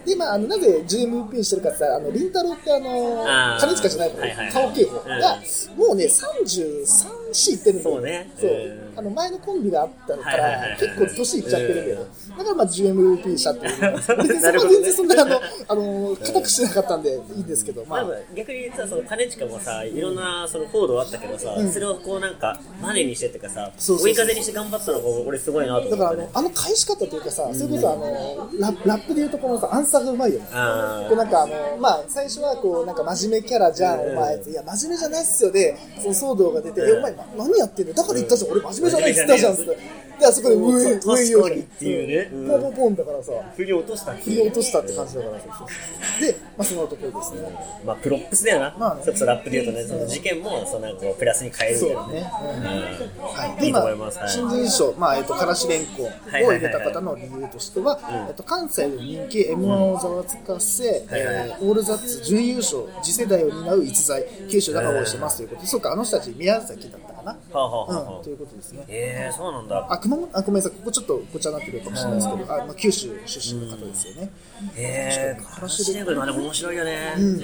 Speaker 1: でまああのなぜ GMP してるかって言ったらあのりんたろーってあの
Speaker 2: あー
Speaker 1: 金塚じゃない方
Speaker 2: はいはいはい
Speaker 1: 顔稽古がもうね33しいってるんだよ
Speaker 2: そうね
Speaker 1: そう
Speaker 2: うん
Speaker 1: あの前のコンビがあったか
Speaker 2: はいはいはいは
Speaker 1: ら
Speaker 2: い
Speaker 1: 結構年いっちゃってるけど
Speaker 2: う
Speaker 1: だからまあ GMP したってい う別にそ
Speaker 2: な
Speaker 1: れは
Speaker 2: るほど
Speaker 1: 全
Speaker 2: ね
Speaker 1: 然そんなあのあの固くしなかったんでいいんですけどま
Speaker 2: ま
Speaker 1: あ
Speaker 2: あ、逆に言ったらその兼近もさいろんなその行動あったけどさ、それをこうなんかマネにしてっていうかさ
Speaker 1: そうそうそう
Speaker 2: 追い風にして頑張ったのが俺すごいなと思
Speaker 1: だ
Speaker 2: っ
Speaker 1: から
Speaker 2: た
Speaker 1: あ
Speaker 2: ね
Speaker 1: のあの返し方というかさ、それこそあのララップでいうとこのさアンサーがうまいよね。
Speaker 2: あ
Speaker 1: こうなんかあのまあ最初はこうなんか真面目キャラじゃん、
Speaker 2: うん
Speaker 1: お前っていや真面目じゃないっすよでその騒動が出て、えお前何やってんのだから言ったじゃん、俺真面目じゃないっつったじゃんっつってであそこで
Speaker 2: もう
Speaker 1: 上
Speaker 2: 確かに
Speaker 1: 上より
Speaker 2: っていうねうん
Speaker 1: ポンポンポンだからさ
Speaker 2: あ振り落としたって
Speaker 1: 振
Speaker 2: い
Speaker 1: り
Speaker 2: う
Speaker 1: 落としたって感じだからそうそうそうでまあそのところですね
Speaker 2: まあプロップスだよな、
Speaker 1: まあね
Speaker 2: それこそラップで言うとねその事件もそのなんかこうプラスに変える
Speaker 1: そ
Speaker 2: み
Speaker 1: う
Speaker 2: たい
Speaker 1: だ
Speaker 2: な
Speaker 1: ね、うん
Speaker 2: うん
Speaker 1: はい、
Speaker 2: い
Speaker 1: で
Speaker 2: いと思います
Speaker 1: あ、
Speaker 2: はい
Speaker 1: 新人賞、まあえっとからしれんこんを
Speaker 2: いはいは
Speaker 1: 入
Speaker 2: いは
Speaker 1: れ
Speaker 2: い
Speaker 1: た方の理由としては、えっと、関西の人気 m 1をざわつかせ、
Speaker 2: はいはい
Speaker 1: えーオールザッツ準優勝次世代を担う逸材九州だから応援してますということで、そうかあの人たち宮崎だったかな、
Speaker 2: はあはあはあ
Speaker 1: うん、ということですね
Speaker 2: ええそうなんだ
Speaker 1: あ熊本あごめんなさいここちょっとごちゃになってるかもしれないですけど、あまあ、九州出身の方ですよね、
Speaker 2: ええー、悲しいねこれまあでも面白いよね、うん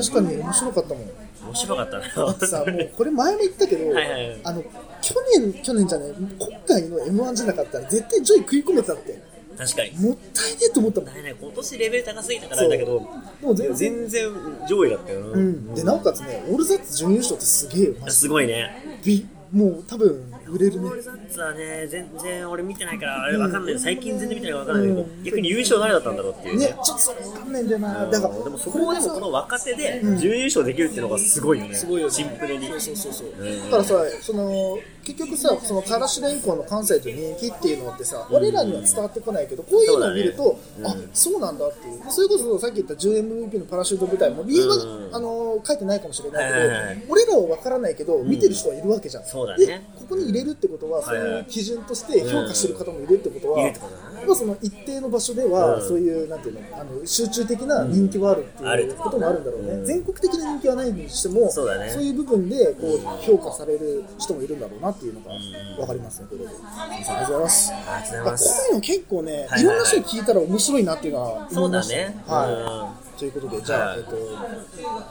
Speaker 1: 確かに面白かったもん
Speaker 2: 面白かった
Speaker 1: だ
Speaker 2: な
Speaker 1: ってさもうこれ前も言ったけど、
Speaker 2: はいはいはい
Speaker 1: あの去年去年じゃない今回の m 1じゃなかったら絶対ジョイ食い込めてたって
Speaker 2: 確かに
Speaker 1: もったいねえと思ったもん
Speaker 2: だね今年レベル高すぎたからだけど
Speaker 1: でも全然、
Speaker 2: 全然上位だったよな、
Speaker 1: うん、でなおかつねオールザッツ準優勝ってすげえよマジ
Speaker 2: すごいね
Speaker 1: でびもう多分売れるね
Speaker 2: オールザッツはね、全然俺見てないから、あれわかんない、最近全然見てないからわかんないけど、逆に優勝誰だったんだろうっていう
Speaker 1: ね
Speaker 2: ね。
Speaker 1: ちょっとそれわかんないんだよなだ
Speaker 2: だ
Speaker 1: か
Speaker 2: からら、でもそこはでもこの若手で準優勝できるっていうのがすごいよね。す
Speaker 1: ごいよね
Speaker 2: シンプルに。そうそうそうそう。
Speaker 1: だからさその結局さそのからしれんこんの関西と人気っていうのってさ、俺らには伝わってこないけどこういうのを見ると
Speaker 2: そうだね
Speaker 1: あそうなんだっていうそれこそさっき言った 10MVP のパラシュート部隊も理由は、
Speaker 2: うん
Speaker 1: あの書いてないかもしれないけど、
Speaker 2: はいはいはい
Speaker 1: 俺らは分からないけど見てる人はいるわけじゃん、
Speaker 2: そうだね
Speaker 1: でここに入れるってことはそう
Speaker 2: はい
Speaker 1: い
Speaker 2: は
Speaker 1: う
Speaker 2: い
Speaker 1: 基準として評価してる方もいるってことは、
Speaker 2: うんい
Speaker 1: や
Speaker 2: る
Speaker 1: っ
Speaker 2: ってことだね
Speaker 1: ぱその一定の場所では、
Speaker 2: うん
Speaker 1: そういうなんていうのあの集中的な人気はあるって
Speaker 2: あ
Speaker 1: い
Speaker 2: る
Speaker 1: うこともあるんだろうね、
Speaker 2: うん
Speaker 1: 全国的な人気はないにしても
Speaker 2: そうだね
Speaker 1: そういう部分でこう評価される人もいるんだろうなっていうのが分かりますね、これで。ありがとうございます。
Speaker 2: ありがとうござい
Speaker 1: まあ、
Speaker 2: ま
Speaker 1: こ
Speaker 2: す。
Speaker 1: ういうの結構ね、
Speaker 2: はいい
Speaker 1: ろんな人に聞いたら面白いなっていうのは思いました
Speaker 2: そうだね
Speaker 1: はい。ということで、じゃあ、
Speaker 2: はい
Speaker 1: えっと、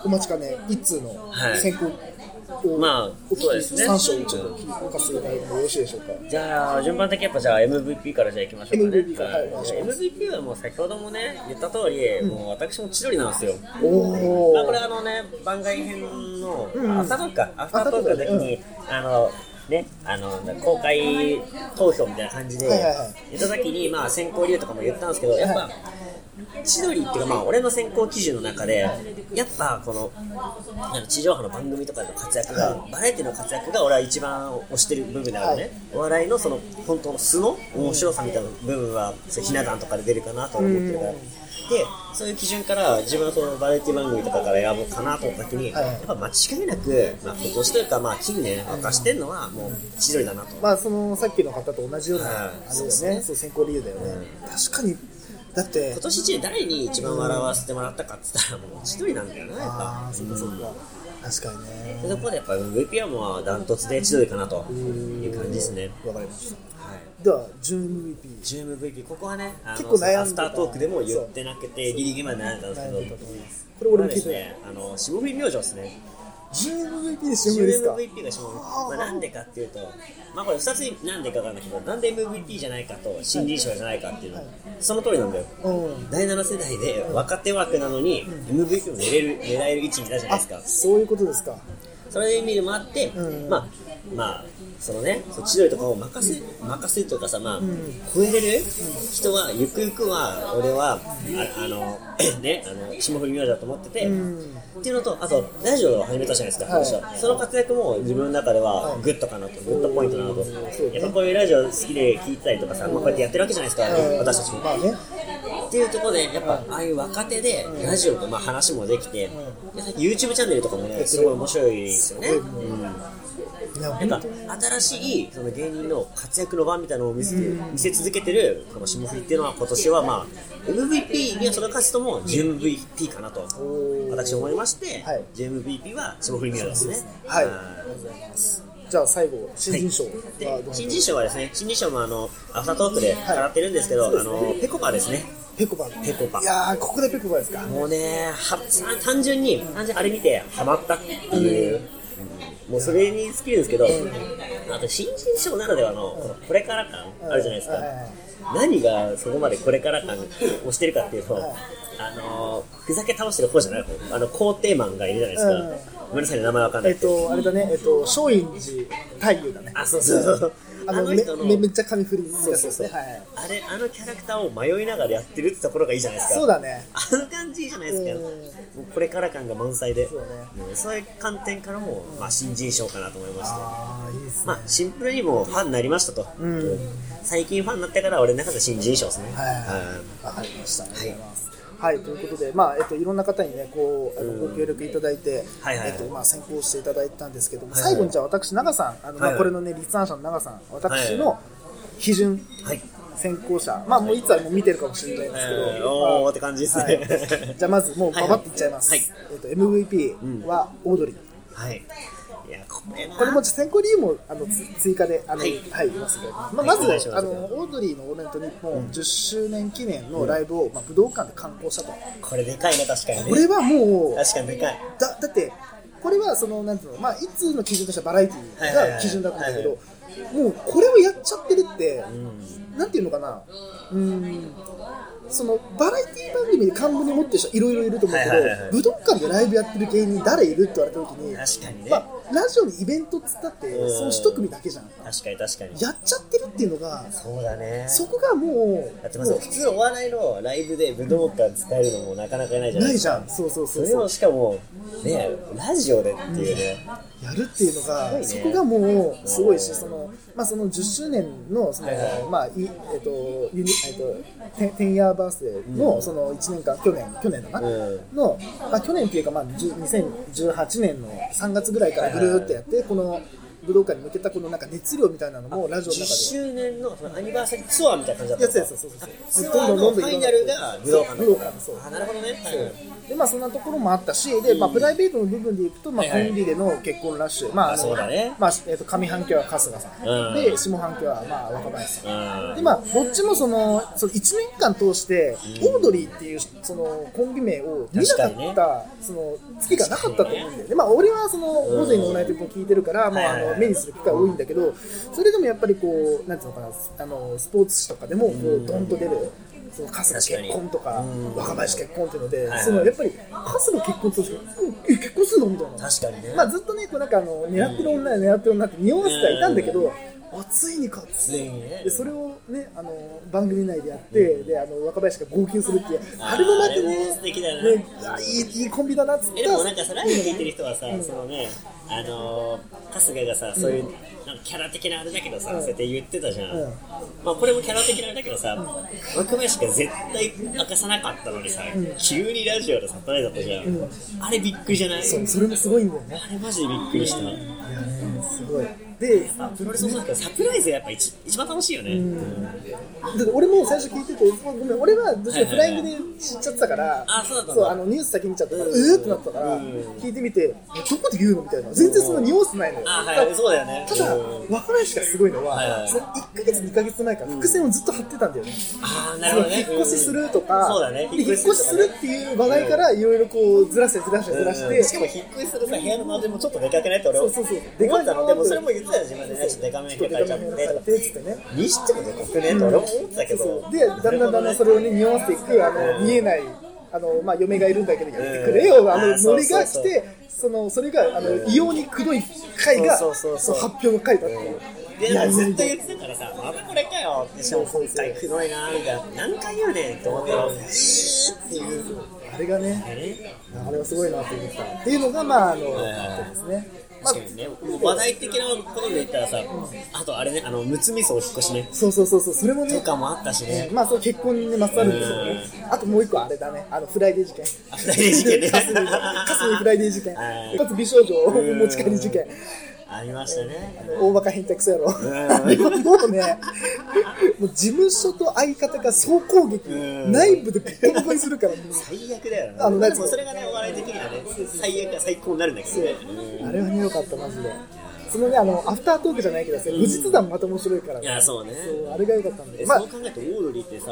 Speaker 1: お待ちかね、一通の
Speaker 2: はい
Speaker 1: 選考を、
Speaker 2: まあ
Speaker 1: お聞
Speaker 2: そうで
Speaker 1: き、
Speaker 2: すね
Speaker 1: 三章をちょっと聞かせていただいてもよろしいでしょうか。
Speaker 2: じゃあ、順番的にやっぱじゃあ MVP からじゃあいきましょうかね。
Speaker 1: MVP からはいお願いしま
Speaker 2: MVP はもう先ほどもね、言った通り、もう私も千鳥なんですよ。
Speaker 1: お
Speaker 2: まあ、これ
Speaker 1: ー。
Speaker 2: あのね番外編の
Speaker 1: ん
Speaker 2: 朝トークか、アフタートークの時に、あのねあの公開投票みたいな感じで
Speaker 1: はいはいはい
Speaker 2: 言った時にまあ選考理由とかも言ったんですけどやっぱ、
Speaker 1: は
Speaker 2: 千鳥っていうかまあ俺の選考基準の中でやっぱこのあの地上波の番組とかの活躍が、バラエティの活躍が俺は一番推してる部分であるね、
Speaker 1: はい
Speaker 2: お笑いのその本当の素の面白さみたいな部分は、そうひな壇とかで出るかなと思ってるから、
Speaker 1: うん
Speaker 2: でそういう基準から自分はそのバラエティ番組とかから選ぼうかなと思った時に、
Speaker 1: はい
Speaker 2: やっぱ間違いなく、まあ、今年というかまあ近年沸かしてるのはもう千鳥だなと、
Speaker 1: まあ、その、さっきの方と同じような、
Speaker 2: はい
Speaker 1: あれだ
Speaker 2: そう
Speaker 1: よ
Speaker 2: です
Speaker 1: ね、
Speaker 2: ね
Speaker 1: そう、選考理由だよね。確かに、だって
Speaker 2: 今、年中誰に一番笑わせてもらったかって言ったらもう千鳥なんだよねやっ
Speaker 1: あ
Speaker 2: ぱ
Speaker 1: あ、そっかそっか。確かにね。
Speaker 2: そういうところでやっぱ MVP はもうダントツで千鳥かなという感じですね、
Speaker 1: わかりました。
Speaker 2: はい
Speaker 1: では、準 MVP。
Speaker 2: チーム VP ここはねあの
Speaker 1: 結構悩んでた
Speaker 2: アフタートークでも言ってなくてギリギリまで悩んだんですけど
Speaker 1: 悩んでたと思いますこれ俺も
Speaker 2: は
Speaker 1: 聞
Speaker 2: で
Speaker 1: い
Speaker 2: す
Speaker 1: てない
Speaker 2: ねあの霜降り明星ですね
Speaker 1: GMVP でし
Speaker 2: チ
Speaker 1: ょ、
Speaker 2: ーム
Speaker 1: ですか。
Speaker 2: MVP が霜降り、まあ、なんでかっていうとまあこれ2つになんでかわかんないけどなんで MVP じゃないかと新人賞じゃないかっていうの、その通りなんだよ
Speaker 1: うん。
Speaker 2: 第7世代で若手枠なのに MVP を狙える狙える位置にいたじゃないですか
Speaker 1: そういうことですか。
Speaker 2: それいう意味でもあって、
Speaker 1: うん
Speaker 2: まあまあそのねその千鳥とかを任せ任せるとかさまあ、超えれる人はゆくゆくは俺はああの ねあの霜降り明星だと思ってて、っていうのとあとラジオを始めたじゃないですか、
Speaker 1: はい
Speaker 2: 私はその活躍も自分の中ではグッドかなと、グッドポイントだなと、やっぱこういうラジオ好きで聞いたりとかさ、まあ、こうやってやってるわけじゃないですか、
Speaker 1: うん
Speaker 2: 私たちも、
Speaker 1: まあね、
Speaker 2: っていうところで、やっぱ、ああいう若手で、ラジオと、まあ、話もできて、で最近 YouTube チャンネルとかもね、すごい面白いですよね。うん
Speaker 1: いや、
Speaker 2: なん
Speaker 1: 本
Speaker 2: か
Speaker 1: 当に、、
Speaker 2: 新しい、その芸人の活躍の場みたいなのを見せて、見せ続けてる、この霜降りっていうのは、今年はまあ、MVP にはその勝つとも、準 MVP かなと、
Speaker 1: ー
Speaker 2: 私思いまして
Speaker 1: はい、
Speaker 2: 準 MVP は霜降りミアですね。
Speaker 1: はい
Speaker 2: あー
Speaker 1: じゃあ最後、新人賞は
Speaker 2: で
Speaker 1: どうな
Speaker 2: 新人賞はですね、新人賞もあの、アフタートークで語ってるんですけど、あの、ペコパですね。
Speaker 1: ペコパ。
Speaker 2: ペコパ
Speaker 1: いやー、ここでペコパですか。
Speaker 2: もうねは単純に単純にあれ見てハマったっていう、もうそれに尽きるんですけど、あと新人賞ならではのこのこれから感あるじゃないですか、
Speaker 1: はいはいはい
Speaker 2: 何がそこまでこれから感をしてるかっていうと、あのーふざけ倒してる方じゃない方あの肯定マンがいるじゃないですか、ごめんなさいね名前わかんな
Speaker 1: え
Speaker 2: い
Speaker 1: っと、あれだね、えっと、松陰寺太夫だね。
Speaker 2: あそうそう
Speaker 1: あの、め
Speaker 2: 人の
Speaker 1: めめっちゃ髪振りです
Speaker 2: そ
Speaker 1: ね。
Speaker 2: うそうそう、
Speaker 1: はいはい。
Speaker 2: あれあのキャラクターを迷いながらやってるってところがいいじゃないですか
Speaker 1: そうだね。
Speaker 2: あの感じいいじゃないですか、
Speaker 1: うん
Speaker 2: もうこれから感が満載で
Speaker 1: そうね
Speaker 2: うんそういう観点からも、まあ、新人賞かなと思いまして、
Speaker 1: ああ、いいですね。
Speaker 2: まあ、シンプルにもうファンになりましたと、うん最近ファンになってから俺の中で新人賞ですね、
Speaker 1: はい
Speaker 2: うん
Speaker 1: わかりました。ありがとうございます。はい、ということで、まあ、えっと、いろんな方にね、こう、あのご協力いただいて、
Speaker 2: はいはい
Speaker 1: えっと、まあ、選考していただいたんですけども、
Speaker 2: はいはい
Speaker 1: 最後にじゃあ、私、長さん、あの、まあ、
Speaker 2: はいはい
Speaker 1: これのね、立案者の長さん、私
Speaker 2: は
Speaker 1: の基準、
Speaker 2: はい、
Speaker 1: 選考者、まあ、もういつはもう見てるかもしれないんですけ
Speaker 2: えー
Speaker 1: ど、
Speaker 2: おー
Speaker 1: ま
Speaker 2: って感じです
Speaker 1: あ
Speaker 2: ね、
Speaker 1: はい、じゃあ、まず、もう、ばばっていっちゃいます。
Speaker 2: はい
Speaker 1: えっと、MVP は、オードリー。
Speaker 2: はい、いやこれな
Speaker 1: これも選考理由もあのつ追加であの、
Speaker 2: は
Speaker 1: はいい言いますけど、まあ、
Speaker 2: はい
Speaker 1: ま
Speaker 2: お願いし
Speaker 1: ず
Speaker 2: ます
Speaker 1: あのオードリーの「オールナイトニッポン」10周年記念のライブを、まあ、武道館で観光したと
Speaker 2: これでかいね確かに
Speaker 1: こ
Speaker 2: ね
Speaker 1: れはもう
Speaker 2: 確かにでかい
Speaker 1: だだってこれはそのなんていうのまあいつの基準としてはバラエティ
Speaker 2: はい
Speaker 1: ー
Speaker 2: はいは
Speaker 1: が
Speaker 2: い
Speaker 1: 基準だったんだけど、
Speaker 2: は
Speaker 1: もうこれをやっちゃってるって、
Speaker 2: うん
Speaker 1: なんていうのかなうーんそのバラエティ番組に冠に持ってる人いろいろいると思うけど、
Speaker 2: はいはいはいはい
Speaker 1: 武道館でライブやってる芸人誰いるって言われた時に
Speaker 2: 確かにね
Speaker 1: まあ、ラジオのイベントっつったって
Speaker 2: うん
Speaker 1: その一組だけじゃん
Speaker 2: 確かに確かに
Speaker 1: やっちゃってるっていうのが
Speaker 2: そうだね
Speaker 1: そこがもう
Speaker 2: だってまず
Speaker 1: も
Speaker 2: 普通お笑いのライブで武道館使えるのもなかなかないじ
Speaker 1: う
Speaker 2: ゃな
Speaker 1: ないい
Speaker 2: です
Speaker 1: じ
Speaker 2: か
Speaker 1: ゃんそうそう
Speaker 2: そ
Speaker 1: そう
Speaker 2: れ
Speaker 1: そ
Speaker 2: を
Speaker 1: う
Speaker 2: しかもねラジオでっていうね、
Speaker 1: やるっていうのが、
Speaker 2: す
Speaker 1: そ
Speaker 2: ごいね
Speaker 1: こがもうすごいし、そのまあ、その10周年のその、
Speaker 2: はいはい
Speaker 1: まあいえっとユニえっとテンテンイヤーバースデーのその1年間、去年去年だな、
Speaker 2: うん
Speaker 1: の、まあ、去年っていうか、まあ、10 2018年の3月ぐらいからぐるーっとやって、この武道館に向けたこのなんか熱量みたいなのもラジオの中
Speaker 2: 10
Speaker 1: で。
Speaker 2: 周年のそのアニバーサリーツアーみたいな感じだった
Speaker 1: やつやつやつそうそうそう
Speaker 2: ツアーのファイナルが武道館
Speaker 1: 武道館そう
Speaker 2: あなるほどね
Speaker 1: でまあそんなところもあったしで、まあ、プライベートの部分でいくと、まあ、
Speaker 2: はい
Speaker 1: コ
Speaker 2: はい
Speaker 1: ンビでの結婚ラッシュ、まああの
Speaker 2: そうだね
Speaker 1: まあえっと上半期は春日さん、
Speaker 2: うん
Speaker 1: で下半期はまあ若林さん、
Speaker 2: うん
Speaker 1: でまあ、どっちもそのその1年間通して、オードリーっていうそのコンビ名を見なかった
Speaker 2: 確かにね
Speaker 1: その月がなかったと思うんだよね、まあ、俺はその「午前のオールナイトニッポン」聞いてるから、まあ、あ
Speaker 2: はいはい
Speaker 1: の
Speaker 2: はい
Speaker 1: 目にする機会多いんだけどそれでもやっぱりこうなんていうのかなあのスポーツ紙とかでもこうドンと出る。その春日結婚とか若林結婚っていうので、
Speaker 2: はい
Speaker 1: そのやっぱり春日結婚として、うんえ結婚するのみたいな、
Speaker 2: 確かにね
Speaker 1: まあ、ずっとね、こうなんかあの狙ってる女、狙ってる女って匂わせてはいたんだけど、あついにか
Speaker 2: ついにね
Speaker 1: でそれをねあの番組内でやって、であの若林が号泣するっていうあれもまた
Speaker 2: あれ
Speaker 1: ね
Speaker 2: も素敵だよね
Speaker 1: あいいいいコンビだなっつっ
Speaker 2: え
Speaker 1: た
Speaker 2: でもなんかさラジオ聞いてる人はさ、そのねあのー春日がさそういう、なんかキャラ的なあれだけどさ、そうやって言ってたじゃん、
Speaker 1: うん
Speaker 2: まあこれもキャラ的なあれだけどさ、若林が絶対明かさなかったのにさ、急にラジオでサプライズだったじゃん、あれびっくりじゃない
Speaker 1: そうそれもすごいんだよね
Speaker 2: あれマジでびっくりした、
Speaker 1: すごいで
Speaker 2: あプロレスもそうだけどサプライズがやっぱ一一番楽しいよね、
Speaker 1: だって俺も最初聞いててごめん俺はどっちかフライングで知っちゃってたから
Speaker 2: あそうだったんだ
Speaker 1: あのニュース先見ちゃったから
Speaker 2: う
Speaker 1: うんーってなったから
Speaker 2: うん
Speaker 1: 聞いてみてどこで言うのみたいな全然その匂わせないのよ
Speaker 2: あはいそうだよね
Speaker 1: ただ
Speaker 2: うん
Speaker 1: 若林がすごいの
Speaker 2: はいは
Speaker 1: はいその1ヶ月2ヶ月前から伏線をずっと張ってたんだよね
Speaker 2: ああなるほどね
Speaker 1: 引っ越しすると
Speaker 2: うん
Speaker 1: か、
Speaker 2: そうだね
Speaker 1: で引っ越しするっていう話題からいろいろこうずらしてずらしてずらして、
Speaker 2: うんしかも引っ越しするさ部屋の間でもちょっとでかくないって俺
Speaker 1: そうそうそう
Speaker 2: 思ったのでもそれも言ってたよ自分でねちょっとでかめに
Speaker 1: ちょっ
Speaker 2: 変
Speaker 1: と
Speaker 2: え
Speaker 1: で
Speaker 2: ち
Speaker 1: か
Speaker 2: ゃ
Speaker 1: めに変えちゃ
Speaker 2: ってとか
Speaker 1: ってっつってね
Speaker 2: にしてもでかくねって俺も思ってたけど
Speaker 1: でだんだんだんだんそれをね匂わせていくあの見えないあの、まあ、嫁がいるんだけどやってくれよ、
Speaker 2: うん
Speaker 1: あの
Speaker 2: あー
Speaker 1: ノリが
Speaker 2: そ
Speaker 1: 来
Speaker 2: うそう
Speaker 1: てそのそれがあの異様にくどい回が
Speaker 2: そうそうそうそう
Speaker 1: その発表の回だったっていう
Speaker 2: でなんかずっと言ってたからさ、またこれかよって、しかも今回くどいなみたいな、何回言うねんと思ってたら、えーっていう、
Speaker 1: あれがね
Speaker 2: あれ
Speaker 1: あれはすごいなって思ったっていうのがまああの、
Speaker 2: いはい
Speaker 1: あったですね、まあ
Speaker 2: 確かにね、話題的なことで言ったらさ、あとあれね、あの、むつみそお引っ越しね、
Speaker 1: そうそうそうそうそれも
Speaker 2: と
Speaker 1: ね
Speaker 2: かもあったしね、
Speaker 1: まあそう結婚にまつわるんですよねあともう一個あれだねあのフライデー事件
Speaker 2: あ二人で事件ね
Speaker 1: カスミカスミフライデー事件
Speaker 2: はい
Speaker 1: かつ美少女お持ち帰り事件
Speaker 2: ありましたね。
Speaker 1: 大バカ変態クソ野郎
Speaker 2: ん
Speaker 1: あれはもうねもう事務所と相方が総攻撃
Speaker 2: うん
Speaker 1: 内部でボコボコにするからもう
Speaker 2: 最悪だよ
Speaker 1: あの
Speaker 2: な。
Speaker 1: なん
Speaker 2: で
Speaker 1: つうの
Speaker 2: もそれがね、お笑い的にはね、最悪が最高になるんだけどね。
Speaker 1: あれはねよかったマジでそのねあのアフタートークじゃないけどさ無実談また面白いから
Speaker 2: い
Speaker 1: ね
Speaker 2: や、そうね。
Speaker 1: そうあれが良かったんで
Speaker 2: え
Speaker 1: まあ
Speaker 2: そう考えるとオードリーってさ、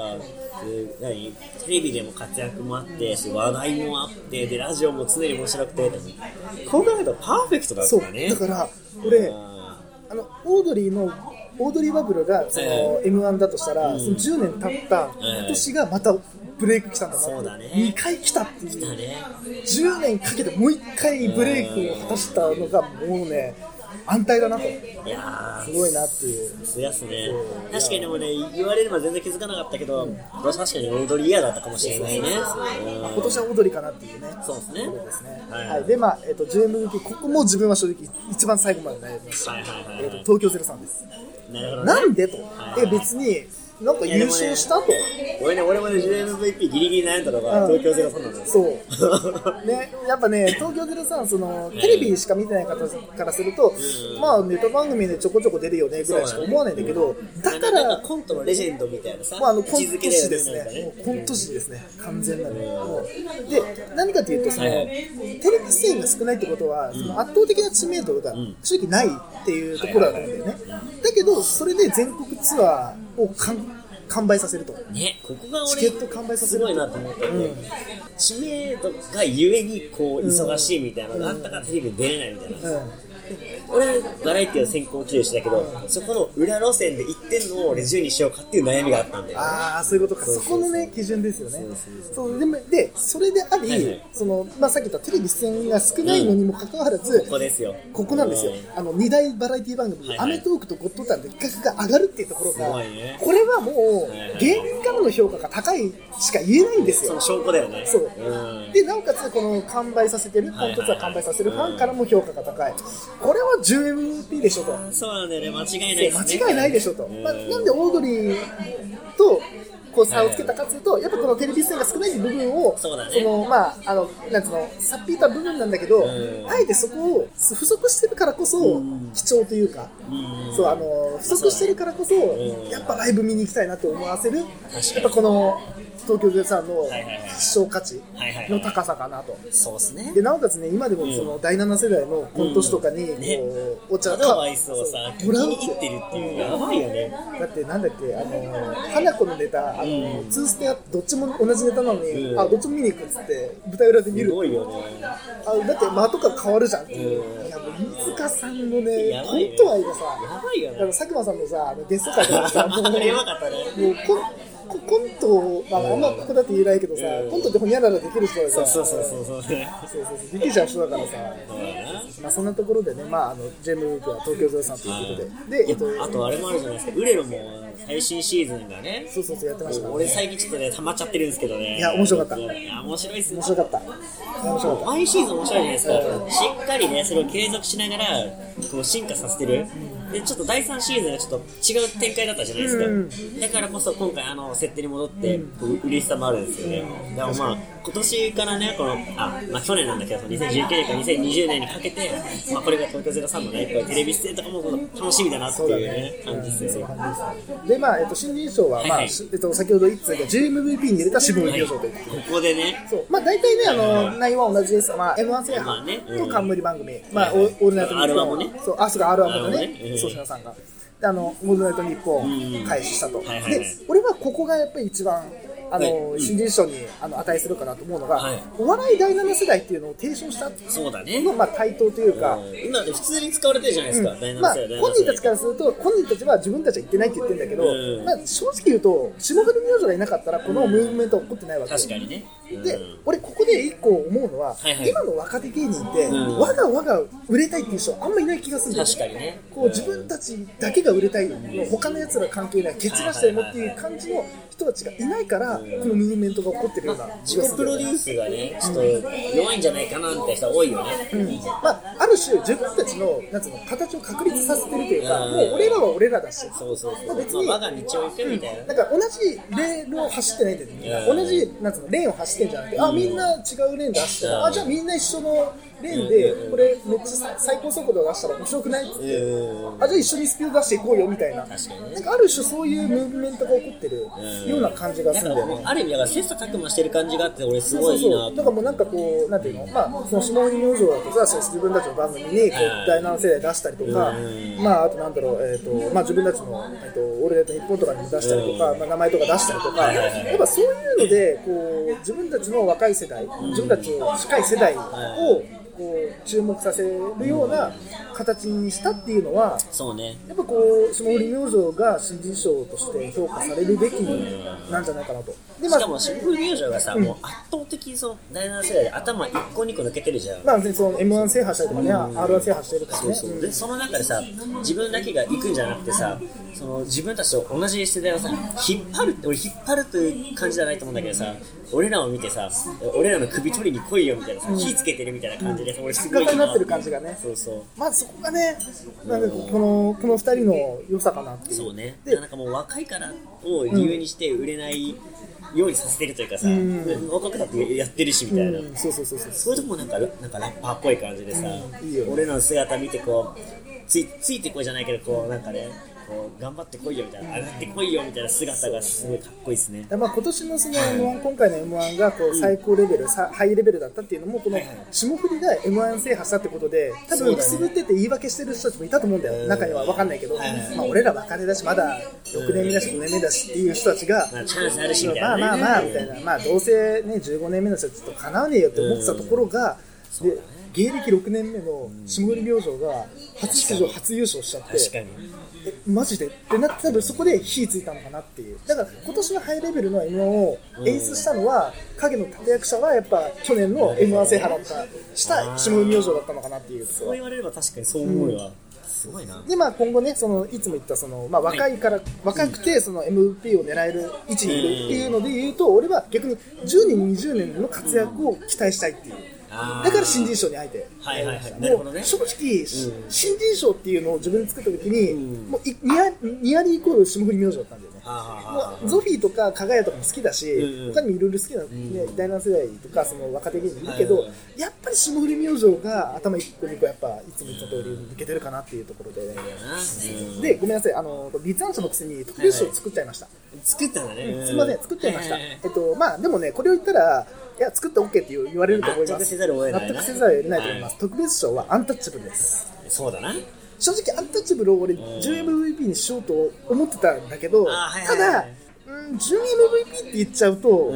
Speaker 2: えー何テレビでも活躍もあってそう話題もあってでラジオも常に面白くてこう考えるとパーフェクトだった
Speaker 1: そう
Speaker 2: ね
Speaker 1: だから俺
Speaker 2: あ
Speaker 1: あのオードリーのオードリーバブルがその m 1だとしたら、その10年経った今年がまたブレイク来たんだなって
Speaker 2: そうだね
Speaker 1: 2回来たってい
Speaker 2: ーだ
Speaker 1: う
Speaker 2: ね
Speaker 1: 10年かけてもう1回ブレイクを果たしたのがもうね安泰だなとす
Speaker 2: いやー
Speaker 1: ごいなっていう
Speaker 2: さすがっすね確かにでもね言われれば全然気づかなかったけど、確かにオードリー嫌だったかもしれないねうん
Speaker 1: 今年はオードリーかなっていうね
Speaker 2: そうですね
Speaker 1: そうですね、
Speaker 2: はい
Speaker 1: はい、でまあ、えっと JMVP ここも自分は正直一番最後まで悩みました、
Speaker 2: はいはいはい
Speaker 1: えっ
Speaker 2: はい
Speaker 1: と東京03です
Speaker 2: なるほどね
Speaker 1: なんでと
Speaker 2: はい
Speaker 1: え別になんか優勝したと、
Speaker 2: 俺ね俺もね JMVP ギリギリ悩んだのが
Speaker 1: うん
Speaker 2: 東京ゼロさんなんです
Speaker 1: そうね、やっぱね、東京03、そのテレビしか見てない方からすると、まあ、ネタ番組でちょこちょこ出るよねぐらいしか思わないんだけど、 だか
Speaker 2: なん
Speaker 1: ら、
Speaker 2: コントのレジェンドみたいなさ、
Speaker 1: まあ、あの
Speaker 2: 位
Speaker 1: コ
Speaker 2: 置
Speaker 1: ン
Speaker 2: づ
Speaker 1: ト
Speaker 2: け
Speaker 1: 師
Speaker 2: だよ
Speaker 1: で
Speaker 2: ね
Speaker 1: す
Speaker 2: なんか
Speaker 1: ね、もうコント師ですね、完全なね、もうで何かというとその、
Speaker 2: はい
Speaker 1: テレビ出演が少ないってことは、その圧倒的な知名度が正直ないっていうところだと思うんだよね、だけど、それで全国ツアーを完完売させると。
Speaker 2: ね、ここが俺
Speaker 1: チケット完売させ
Speaker 2: す
Speaker 1: る
Speaker 2: ごいなと思ったんで、知名度がゆえにこう忙しいみたいなのがあったからテレビ出れないみたいな、
Speaker 1: うん
Speaker 2: 俺バラエティを先行休止だけど、そこの裏路線で行ってんのをレジュにしようかっていう悩みがあったんだよ
Speaker 1: ああそういうことか
Speaker 2: そう
Speaker 1: そ
Speaker 2: そう
Speaker 1: このね基準ですよね
Speaker 2: そうそう
Speaker 1: そうでもでそれであり、
Speaker 2: はいはい
Speaker 1: そのまあ、さっき言ったテレビ出演が少ないのにもかかわらず、
Speaker 2: ここですよ
Speaker 1: ここなんですよ、あの2大バラエティ番組、
Speaker 2: はい
Speaker 1: アメトークとゴッドタンで企画が上がるっていうところ
Speaker 2: す
Speaker 1: が、
Speaker 2: ごいね
Speaker 1: これはもう、
Speaker 2: はいはい
Speaker 1: 芸人からの評価が高いしか言えないんです
Speaker 2: そ
Speaker 1: よ
Speaker 2: の、証拠だよね
Speaker 1: そう
Speaker 2: うん
Speaker 1: でなおかつ、この完売させてる、
Speaker 2: はい
Speaker 1: コ
Speaker 2: は
Speaker 1: ン
Speaker 2: い
Speaker 1: テンツは完売させるファンからも評価が高い、これは 10MVP でしょと。
Speaker 2: そうなんだよね間違いないですね
Speaker 1: 間違いないでしょと、
Speaker 2: うん
Speaker 1: まあ、なんでオードリーとこう差をつけたかというと、やっぱこのテレビ出演が少ない部分を、
Speaker 2: そうだね
Speaker 1: のまあ、あのなんつうの、さっぴいた部分なんだけど、
Speaker 2: ん
Speaker 1: あえてそこを不足してるからこそ、貴重というか、
Speaker 2: うん
Speaker 1: そうあの、不足してるからこそ、
Speaker 2: ん
Speaker 1: やっぱライブ見に行きたいなと思わせる、や
Speaker 2: かに
Speaker 1: っぱこの東京03の
Speaker 2: はいはいはい
Speaker 1: 希少価値
Speaker 2: はいはいはい
Speaker 1: の高さかなと。
Speaker 2: そうっすね
Speaker 1: でなおかつね、今でもその第7世代のコント師とかに、
Speaker 2: んね
Speaker 1: こうお茶
Speaker 2: アドバイスをさ
Speaker 1: そう
Speaker 2: 聞
Speaker 1: も
Speaker 2: き
Speaker 1: らう
Speaker 2: に行ってるっていうやばいよね
Speaker 1: だってなんだっけあの花子のネタあの、ツーステアどっちも同じネタなのに、
Speaker 2: うん
Speaker 1: あどっちも見に行くっつって舞台裏です見る
Speaker 2: ごいよね
Speaker 1: あだって間とか変わるじゃんっていう、
Speaker 2: うん
Speaker 1: いやもう飯塚さんのね
Speaker 2: や
Speaker 1: コ
Speaker 2: ばいね
Speaker 1: ント愛がさ
Speaker 2: やばいよ
Speaker 1: あ
Speaker 2: ね
Speaker 1: の佐久間さんのさあのゲスト会とかさもう
Speaker 2: あれやばかったね
Speaker 1: もうコンココントを、まあ、あんまここだって言えないけどさ、
Speaker 2: うん
Speaker 1: コントってほにゃららできる人だか
Speaker 2: そう
Speaker 1: ら
Speaker 2: そうそうそうそう
Speaker 1: そうそうそうできちゃう人だからさ
Speaker 2: そうだな
Speaker 1: まあそんなところでね、まあ、あのジェーム・ウークは東京03ということで、で、えっと、
Speaker 2: あとあれもあるじゃないですか、ウレロも最新シーズンがね、
Speaker 1: そうそうそうやってましたから
Speaker 2: 俺最近ちょっとね、溜まっちゃってるんですけどね。
Speaker 1: いや面白かった
Speaker 2: いや、面白いっすね
Speaker 1: 面。白かった面白かった
Speaker 2: 毎シーズン面白いじゃないですか。しっかりね、それを継続しながら、こう進化させてる。で、ちょっと第3シーズンがちょっと違う展開だったじゃないですか。だからこそ今回あの、設定に戻って、こう嬉しさもあるんですよね。でもまあ、今年からね、この、あ、まあ去年なんだけど、2019年から2020年にかけて、まあこれが東京03のね、こういうテレビ出演とかも楽しみだなっていうね、感じですよね。
Speaker 1: でまあ、えっと、新人賞は、
Speaker 2: はい
Speaker 1: まあ
Speaker 2: はい
Speaker 1: えっと、先ほど言ってたけど JMVP に入れた渋野
Speaker 2: はい
Speaker 1: 日
Speaker 2: こ
Speaker 1: 賞という、
Speaker 2: こでね、
Speaker 1: そうまあ大体ねあの内容は同じです、まあ、m 1制
Speaker 2: まあ
Speaker 1: 覇
Speaker 2: ねうん
Speaker 1: と冠番組、まあ、
Speaker 2: はいはい
Speaker 1: オールナイトニッ
Speaker 2: R1
Speaker 1: ポ
Speaker 2: も
Speaker 1: ン
Speaker 2: ね
Speaker 1: そうあそうか R1 もね
Speaker 2: R1 もねうん
Speaker 1: 粗品さんがであのオールナイトニッポ
Speaker 2: う
Speaker 1: ン
Speaker 2: ん
Speaker 1: 開始したと、
Speaker 2: はいはいはい
Speaker 1: で俺はここがやっぱり一番あの、
Speaker 2: はいうん
Speaker 1: 新人賞にあの値するかなと思うのが、
Speaker 2: はい
Speaker 1: お笑い第7世代っていうのを提唱した
Speaker 2: そうだね。
Speaker 1: の、まあ、対等というか、
Speaker 2: 今だって普通に使われてるじゃないですか、第7世
Speaker 1: まあ
Speaker 2: 代、第、
Speaker 1: 本人た
Speaker 2: 7
Speaker 1: ち
Speaker 2: 世
Speaker 1: か
Speaker 2: 代。
Speaker 1: らすると、本人たちは自分たちは言ってないって言ってるんだけど、
Speaker 2: うん
Speaker 1: まあ、正直言うと、霜降り明星がいなかったら、このムーブメントは起こってないわけ
Speaker 2: 確かにね。
Speaker 1: で俺ここで一個思うのは、
Speaker 2: はいはい
Speaker 1: 今の若手芸人って、
Speaker 2: うん
Speaker 1: わがわが売れたいっていう人あんまいない気がするんだよね
Speaker 2: 確かにね
Speaker 1: こう自分たちだけが売れたいの他のやつら関係ない蹴散らしたいのっていう感じの人たちがいないから、
Speaker 2: ん
Speaker 1: このムーブメントが起こってるような気
Speaker 2: 自
Speaker 1: が
Speaker 2: 己
Speaker 1: す
Speaker 2: プ
Speaker 1: るんだよ
Speaker 2: ロデ
Speaker 1: ね
Speaker 2: ュースがね、ちょっと弱いんじゃないかなって人多いよね。
Speaker 1: まあ、ある種、自分たちのなんつうの形を確立させてるというか、
Speaker 2: うん
Speaker 1: もう俺らは俺らだし、
Speaker 2: そうそうそ
Speaker 1: まあ
Speaker 2: う。
Speaker 1: 別
Speaker 2: まあ、
Speaker 1: に
Speaker 2: 我が道を行くみたい
Speaker 1: な
Speaker 2: な。
Speaker 1: んか同じレールを走ってないっていうか
Speaker 2: うん
Speaker 1: 同じなんつうのレーンを走ってんじゃなくて、あみんな違うレーンで走って
Speaker 2: う
Speaker 1: る、
Speaker 2: ん
Speaker 1: あじゃあみんな一緒のレーンで
Speaker 2: う、ん
Speaker 1: これ、めっちゃ最高速度を出したら面白くないっつって、
Speaker 2: うん
Speaker 1: あじゃあ一緒にスピード出していこうよみたいな、なん
Speaker 2: 確かにね
Speaker 1: かある種、そういうムーブメントが起こってる
Speaker 2: うん
Speaker 1: ような感じが
Speaker 2: だ
Speaker 1: す
Speaker 2: か
Speaker 1: るん
Speaker 2: ら
Speaker 1: だよ
Speaker 2: もう
Speaker 1: ね。
Speaker 2: ある意味だから切磋琢磨してる感じがあって俺す
Speaker 1: そ
Speaker 2: ご
Speaker 1: う
Speaker 2: いいいな
Speaker 1: そうだからもうなんかこう、なんていうの、まあ、その下鬼明星だとさ、自分たちの番組にこ
Speaker 2: は
Speaker 1: う
Speaker 2: い
Speaker 1: 第7世代出したりとか
Speaker 2: う、ん
Speaker 1: まあ、あとなんだろう、えーとまあ、自分たちの、えー、とオールナイト日本とかにも出したりとか、
Speaker 2: うん
Speaker 1: まあ、名前とか出したりとか、
Speaker 2: はいはいはい
Speaker 1: やっぱそういうのでこう、自分たちの若い世代、自分たちの近い世代をこう注目させるような形にしたっていうのは、
Speaker 2: そうね
Speaker 1: やっぱこう、下鬼明星が新人賞として評価されるべきなんじゃないかなと。でま
Speaker 2: しか
Speaker 1: あ
Speaker 2: もシンプル入場がさ、もう圧倒的にその第7世代で頭1個2個抜けてるじゃん、
Speaker 1: まあ、別にその M1 制覇したりとかね、R1 制覇してるからね。うん
Speaker 2: でその中でさ自分だけが行くんじゃなくてさその自分たちと同じ世代をさ引っ張るって俺引っ張るという感じじゃないと思うんだけどさ俺らを見てさ俺らの首取りに来いよみたいなさ、火つけてるみたいな感じでさ俺すごい
Speaker 1: 姿になってる感じがね
Speaker 2: そうそう
Speaker 1: まあそこがね、なんかこの、この二人の良さかなっていう。
Speaker 2: そうね
Speaker 1: で
Speaker 2: なんかもう若いからを理由にして売れないようにさせてるというかさ、
Speaker 1: ん
Speaker 2: 若くたってやってるしみたいな、
Speaker 1: うん、そうそうそうそう。
Speaker 2: そういうとこもなんかなんかラッパーっぽい感じでさ、
Speaker 1: いいよね
Speaker 2: 俺らの姿見てこうついついてこいじゃないけどこうなんかねこう頑張ってこいよみたいな上がってこいよみたいな姿がすごいかっこいいですね
Speaker 1: でまあ、今年のその M1 今回の M1 がこう最高レベル、さハイレベルだったっていうのもこの
Speaker 2: はいはい
Speaker 1: 霜降りが M1 制覇したってことで多
Speaker 2: そうだ
Speaker 1: 分
Speaker 2: ね
Speaker 1: くすぶってて言い訳してる人たちもいたと思うんだよ、
Speaker 2: うん
Speaker 1: 中には分かんないけど、
Speaker 2: はいはい
Speaker 1: まあ、俺ら若手だしまだ6年目だし5年目だしっていう人たちが、
Speaker 2: まあチャンスあるしみたい
Speaker 1: まあ
Speaker 2: な、ね、
Speaker 1: まあまあみたいな、まあ、どうせね15年目の人はちょっとかなわねえよって思ってたところが、
Speaker 2: そうだ
Speaker 1: で
Speaker 2: ね
Speaker 1: 芸歴6年目の霜降り明星が初出場、初優勝しちゃって。
Speaker 2: 確かに
Speaker 1: えマジでってなって多分そこで火ついたのかなっていうだから今年のハイレベルの m 1を演出したのは、影の立役者はやっぱ去年の m 1制覇だったした下海明星だったのかなっていうとこ
Speaker 2: そう
Speaker 1: ろ
Speaker 2: 言われれば確かにそう思うわ、すごいな
Speaker 1: でまあ今後ねそのいつも言ったその、まあ、若いから、若くてその MVP を狙える位置にいるっていうので言うと俺は逆に10年20年の活躍を期待したいっていう
Speaker 2: あー
Speaker 1: だから新人賞にあえて
Speaker 2: はいはいはいな
Speaker 1: も
Speaker 2: るほど
Speaker 1: う
Speaker 2: ね
Speaker 1: 正直、新人賞っていうのを自分で作った時に、
Speaker 2: うん
Speaker 1: もういニアニアリーイコール霜降り明星だったんだよね
Speaker 2: あ
Speaker 1: もうゾフィーとか加賀谷とかも好きだし、
Speaker 2: うんうん
Speaker 1: 他にもいろいろ好きな、ね第7世代とかその若手芸人いるけど、
Speaker 2: はいはい
Speaker 1: やっぱり霜降り明星が頭一個二個やっぱいつもいつも通り抜けてるかなっていうところで、
Speaker 2: ー
Speaker 1: でごめんなさいあの立案者のくせに特別賞作っちゃいました、
Speaker 2: 作ったんだね、
Speaker 1: すみません、作っちゃいました。
Speaker 2: はは
Speaker 1: えっと、まあ、でもね、これを言ったら、いや、作って OK って言われると思います。
Speaker 2: 納得せざるを得ないね
Speaker 1: 納得せざるを得ないと思います。特別賞はアンタッチャブルです。
Speaker 2: はいそうだな
Speaker 1: 正直、アンタッチャブルを俺、10MVP にしようと思ってたんだけど、
Speaker 2: あはい
Speaker 1: た
Speaker 2: はい
Speaker 1: だ
Speaker 2: はい、
Speaker 1: うん、10MVP って言っちゃうと
Speaker 2: ん、
Speaker 1: い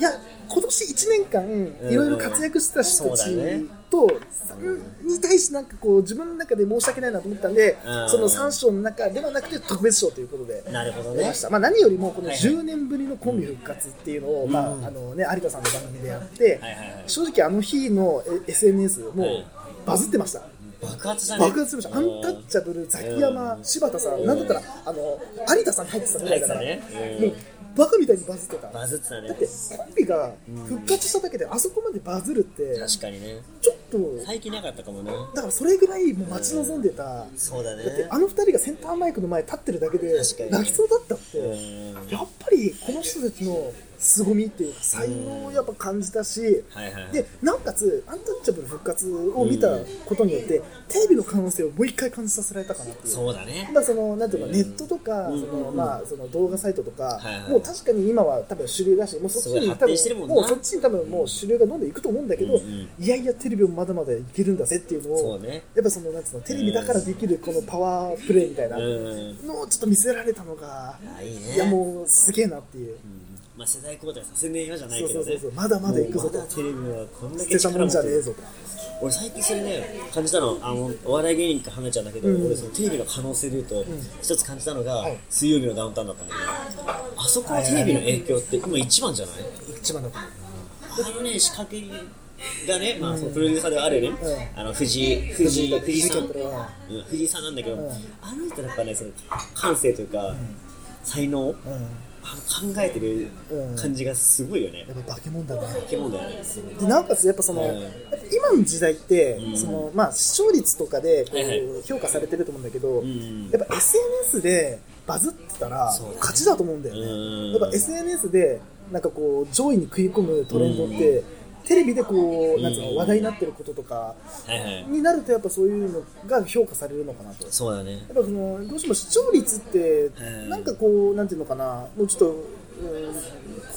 Speaker 1: や、今年1年間、いろいろ活躍してた人たち
Speaker 2: そうだね
Speaker 1: と、さに対してなんかこう、自分の中で申し訳ないなと思ったんで
Speaker 2: う、ん
Speaker 1: その3賞の中ではなくて特別賞ということで。
Speaker 2: なるほど
Speaker 1: 出ま
Speaker 2: ね
Speaker 1: した、まあ、何よりもこの
Speaker 2: はいはい
Speaker 1: 10年ぶりのコンビ復活っていうのを、まああのね、有田さんの番組でやって、
Speaker 2: はいはいはい
Speaker 1: 正直あの日のえ SNS もう
Speaker 2: はい
Speaker 1: バズってました、
Speaker 2: 爆発したね
Speaker 1: 爆発しましたアンタッチャブルザキヤマ柴田さん、なんだったらあの有田さん入ってたぐらいだから、
Speaker 2: 入ってたねうん
Speaker 1: もうバカみたいにバズってた
Speaker 2: バズってたね
Speaker 1: だってコンビが復活しただけであそこまでバズるって
Speaker 2: 確かにね
Speaker 1: ちょっと
Speaker 2: 最近なかったかもね
Speaker 1: だからそれぐらいもう待ち望んでた、
Speaker 2: そうだね
Speaker 1: だってあの二人がセンターマイクの前立ってるだけで
Speaker 2: 確かに
Speaker 1: 泣きそうだったって、
Speaker 2: うん
Speaker 1: やっぱりこの人たちの凄みっていうか才能をやっぱ感じたし、
Speaker 2: はいはいはい
Speaker 1: でなおかつアンタッチャブル復活を見たことによって、テレビの可能性をもう一回感じさせられたかなっていう。
Speaker 2: そうだね
Speaker 1: まあそのなんていうかネットとか、
Speaker 2: うん
Speaker 1: そのまあその動画サイトとか、
Speaker 2: はいはい
Speaker 1: もう確かに今は多分主流だし、もうそっち
Speaker 2: すごい
Speaker 1: に多
Speaker 2: 発
Speaker 1: 分
Speaker 2: 展してるもんな
Speaker 1: もうそっちに多分もう主流がどんどんいくと思うんだけど、
Speaker 2: うんうん
Speaker 1: いやいやテレビもまだまだいけるんだぜっていうの
Speaker 2: そ
Speaker 1: を、
Speaker 2: うね
Speaker 1: やっぱそのなんつうのテレビだからできるこのパワープレイみたいな
Speaker 2: うん
Speaker 1: のをちょっと見せられたのが、
Speaker 2: あいいね
Speaker 1: いやもうすげえなっていう、
Speaker 2: まあ、世代交代させねえよじゃない
Speaker 1: そう
Speaker 2: け
Speaker 1: そう
Speaker 2: ど
Speaker 1: そう
Speaker 2: ね
Speaker 1: そうまだまだいくぞ
Speaker 2: もう
Speaker 1: と
Speaker 2: まだテレビはこん
Speaker 1: 捨
Speaker 2: だけ
Speaker 1: てた
Speaker 2: 力
Speaker 1: も
Speaker 2: 持
Speaker 1: ん
Speaker 2: っ
Speaker 1: じ
Speaker 2: て
Speaker 1: ゃねえ
Speaker 2: る
Speaker 1: ぞと
Speaker 2: 俺最近それね感じたのあのお笑い芸人か花ちゃんだけど、
Speaker 1: うん
Speaker 2: 俺そのテレビの可能性でいうと、一つ感じたのが、
Speaker 1: い
Speaker 2: 水曜日のダウンタウンだったんだけどあそこのテレビの影響って今一番じゃない、
Speaker 1: 一番の
Speaker 2: あのね、仕掛けがね、まあ、そのプロデューサーではあるよね、あの藤井、藤井、藤井さん、うん藤井さんなんだけど、あの人やっぱね、その感性というか、才能、あの考えてる感じがすごいよね。
Speaker 1: やっぱ化け物だね。
Speaker 2: 化け物だよね。
Speaker 1: でなおかつやっぱその、
Speaker 2: うん
Speaker 1: やっぱ今の時代って、
Speaker 2: うん
Speaker 1: そのまあ、視聴率とかでこ
Speaker 2: はいは
Speaker 1: う評価されてると思うんだけど、
Speaker 2: ん
Speaker 1: やっぱ SNS でバズってたら
Speaker 2: そうだね
Speaker 1: 勝ちだと思うんだよね、
Speaker 2: うん
Speaker 1: やっぱ SNS でなんかこう上位に食い込むトレンドって、テレビでこうなんつう
Speaker 2: う
Speaker 1: の
Speaker 2: ん
Speaker 1: 話題になってることとか
Speaker 2: はいはい。
Speaker 1: になるとやっぱそういうのが評価されるのかなと。
Speaker 2: そうだね。
Speaker 1: やっぱそのどうしても視聴率って
Speaker 2: うん
Speaker 1: なんかこうなんていうのかなもうちょっと、うん、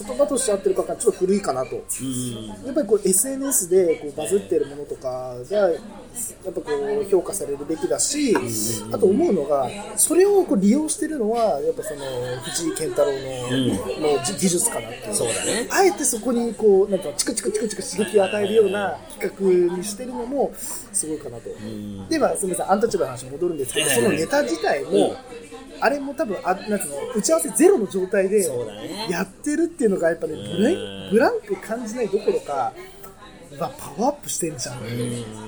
Speaker 1: 言葉として合ってるかちょっと古いかなと
Speaker 2: うん。
Speaker 1: やっぱりこう SNS でこうバズってるものとかがやっぱこう評価されるべきだし、あと思うのがそれをこう利用してるのはやっぱその藤井健太郎の,、の技術かなっていう
Speaker 2: そうだね。
Speaker 1: あえてそこにこうなんかチクチクチクチク刺激を与えるような企画にしてるのもすごいかなと、
Speaker 2: ん
Speaker 1: でまあすみませんアンタッチャブルの話に戻るんですけど、
Speaker 2: はいはいはい
Speaker 1: そのネタ自体も、
Speaker 2: うん
Speaker 1: あれも多分あなんつうの打ち合わせゼロの状態で
Speaker 2: そうだね
Speaker 1: やってるっていうのがやっぱねブレ
Speaker 2: うん
Speaker 1: ブランク感じないどころかうわパワーアップしてんじゃん、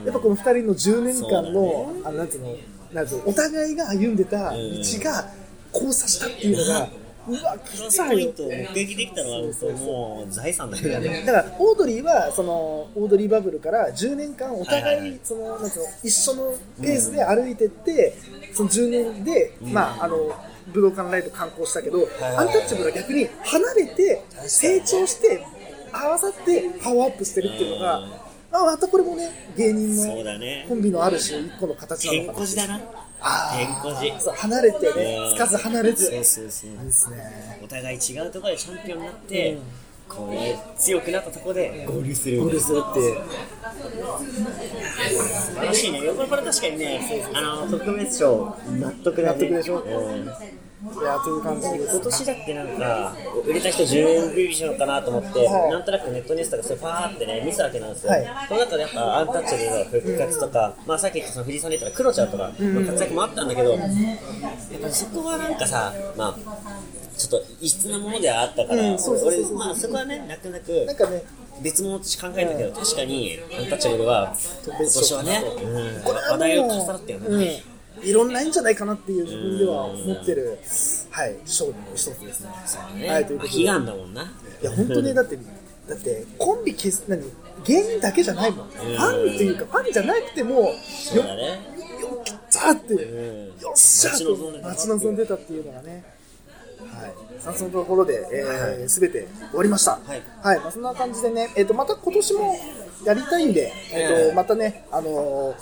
Speaker 1: やっぱこの2人の10年間の,、あのなんつうのなんつうのお互いが歩んでた道が交差したっていうのが、うわき
Speaker 2: プラ
Speaker 1: た
Speaker 2: ス
Speaker 1: よ
Speaker 2: ポイントを目撃できたのは、本当もう財産だよね。
Speaker 1: だからオードリーはそのオードリーバブルから10年間お
Speaker 2: はいはい
Speaker 1: 互
Speaker 2: はい
Speaker 1: いそのなんつうの一緒のペースで歩いてってその10年でまああの武道館ライブ観光したけど
Speaker 2: はい
Speaker 1: アンタッチャブルは逆に離れて成長して合わさってパワーアップしてるっていうのが
Speaker 2: うん
Speaker 1: まあまたこれもね芸人
Speaker 2: そう
Speaker 1: の
Speaker 2: だね
Speaker 1: コ。ンビのある種一個の形な
Speaker 2: 健
Speaker 1: のか
Speaker 2: 康
Speaker 1: な
Speaker 2: 児だな。健
Speaker 1: あ
Speaker 2: 康児。
Speaker 1: ーそう離れて
Speaker 2: う
Speaker 1: ね
Speaker 2: ん
Speaker 1: つかず離れず
Speaker 2: そう
Speaker 1: で
Speaker 2: そうそう。
Speaker 1: すね
Speaker 2: お互い違うところでチャンピオンになって、
Speaker 1: うん
Speaker 2: こうね強くなったところで合流する
Speaker 1: ゴールするっていう
Speaker 2: 素晴らしいねこれこれ確かにねあの特別賞納得だ
Speaker 1: 納
Speaker 2: ね
Speaker 1: 得でしょ
Speaker 2: うん
Speaker 1: いやという感じです
Speaker 2: 今年だってなんか売れた人10人以上かなと思って、
Speaker 1: はい
Speaker 2: なんとなくネットニュースとかそういうパーってね見てたわけなんですよ、
Speaker 1: はい
Speaker 2: その中でやっぱアンタッチャブルの復活とか、まあ、さっき言ったその藤井さんで言ったらクロちゃんとかの活躍もあったんだけど、やっぱそこはなんかさまあちょっと異質なものではあったから、
Speaker 1: うんそうそうそうそう
Speaker 2: 俺まあそこはね泣く泣く
Speaker 1: なんかね
Speaker 2: 別物として考えたけど、確かにアンタッチャブルは今年はね、う
Speaker 1: こ
Speaker 2: ん
Speaker 1: れはもう
Speaker 2: 話題を重なったよね、
Speaker 1: うん、いろんないんじゃないかなっていう自分では思ってる、はい、賞の一つですね。
Speaker 2: そうね、
Speaker 1: はいということで
Speaker 2: まあ悲願だもんない
Speaker 1: や、本当ね、 だって、だって、コンビ消す、何、芸人だけじゃないもん。ファンっていうか、ファンじゃなくても、よ、
Speaker 2: そうだね
Speaker 1: よ、来たって、
Speaker 2: うん
Speaker 1: よっしゃー
Speaker 2: 待ち望んで
Speaker 1: と
Speaker 2: た
Speaker 1: 待ち望んでたっていうのがね。はい、さあそのところで、えー、全て終わりました。
Speaker 2: はい
Speaker 1: はい、まあ、そんな感じでね、えっ、と、また今年もやりたいんで、えっ、
Speaker 2: ええ
Speaker 1: と、またね、あのー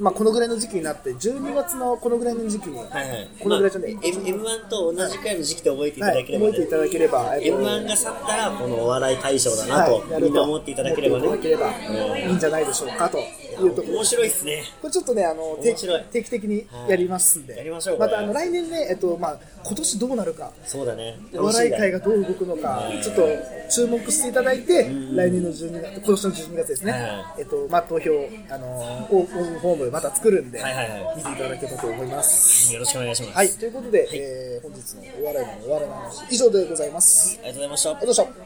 Speaker 1: まあ、このぐらいの時期になって、12月のこのぐらいの時期に、
Speaker 2: はいはい、
Speaker 1: このぐらいじゃね
Speaker 2: まあ M- M1 と同じくらいの時期と覚えていただければ、
Speaker 1: 覚
Speaker 2: ね
Speaker 1: えていただければ、えっと
Speaker 2: M1 が去ったらこのお笑い大賞だなと、
Speaker 1: はいやると
Speaker 2: みんな思っていただければね
Speaker 1: 思っていただければいいんじゃないでしょうかというところ
Speaker 2: 面。白いっすね
Speaker 1: これちょっとね、あの定
Speaker 2: 面白い
Speaker 1: 定期的にやりますんで、
Speaker 2: はいやりましょうこ
Speaker 1: ま
Speaker 2: れ
Speaker 1: たあの来年ね、えっとまあ、今年どうなるか、
Speaker 2: そうだね
Speaker 1: お笑い界
Speaker 2: が
Speaker 1: がどう動くのか、ちょっと注目していただいて、来年の12月、今年の12月ですね、
Speaker 2: は
Speaker 1: えっとまあ、投票、あの応募フォームまた作るんで、
Speaker 2: はいはいは
Speaker 1: 見ていただければと思います。
Speaker 2: いよろしくお願いします、
Speaker 1: はい、ということで、えー本日のお笑いのお笑いの話、以上でございます。
Speaker 2: ありがとうございました
Speaker 1: ありがとうございました。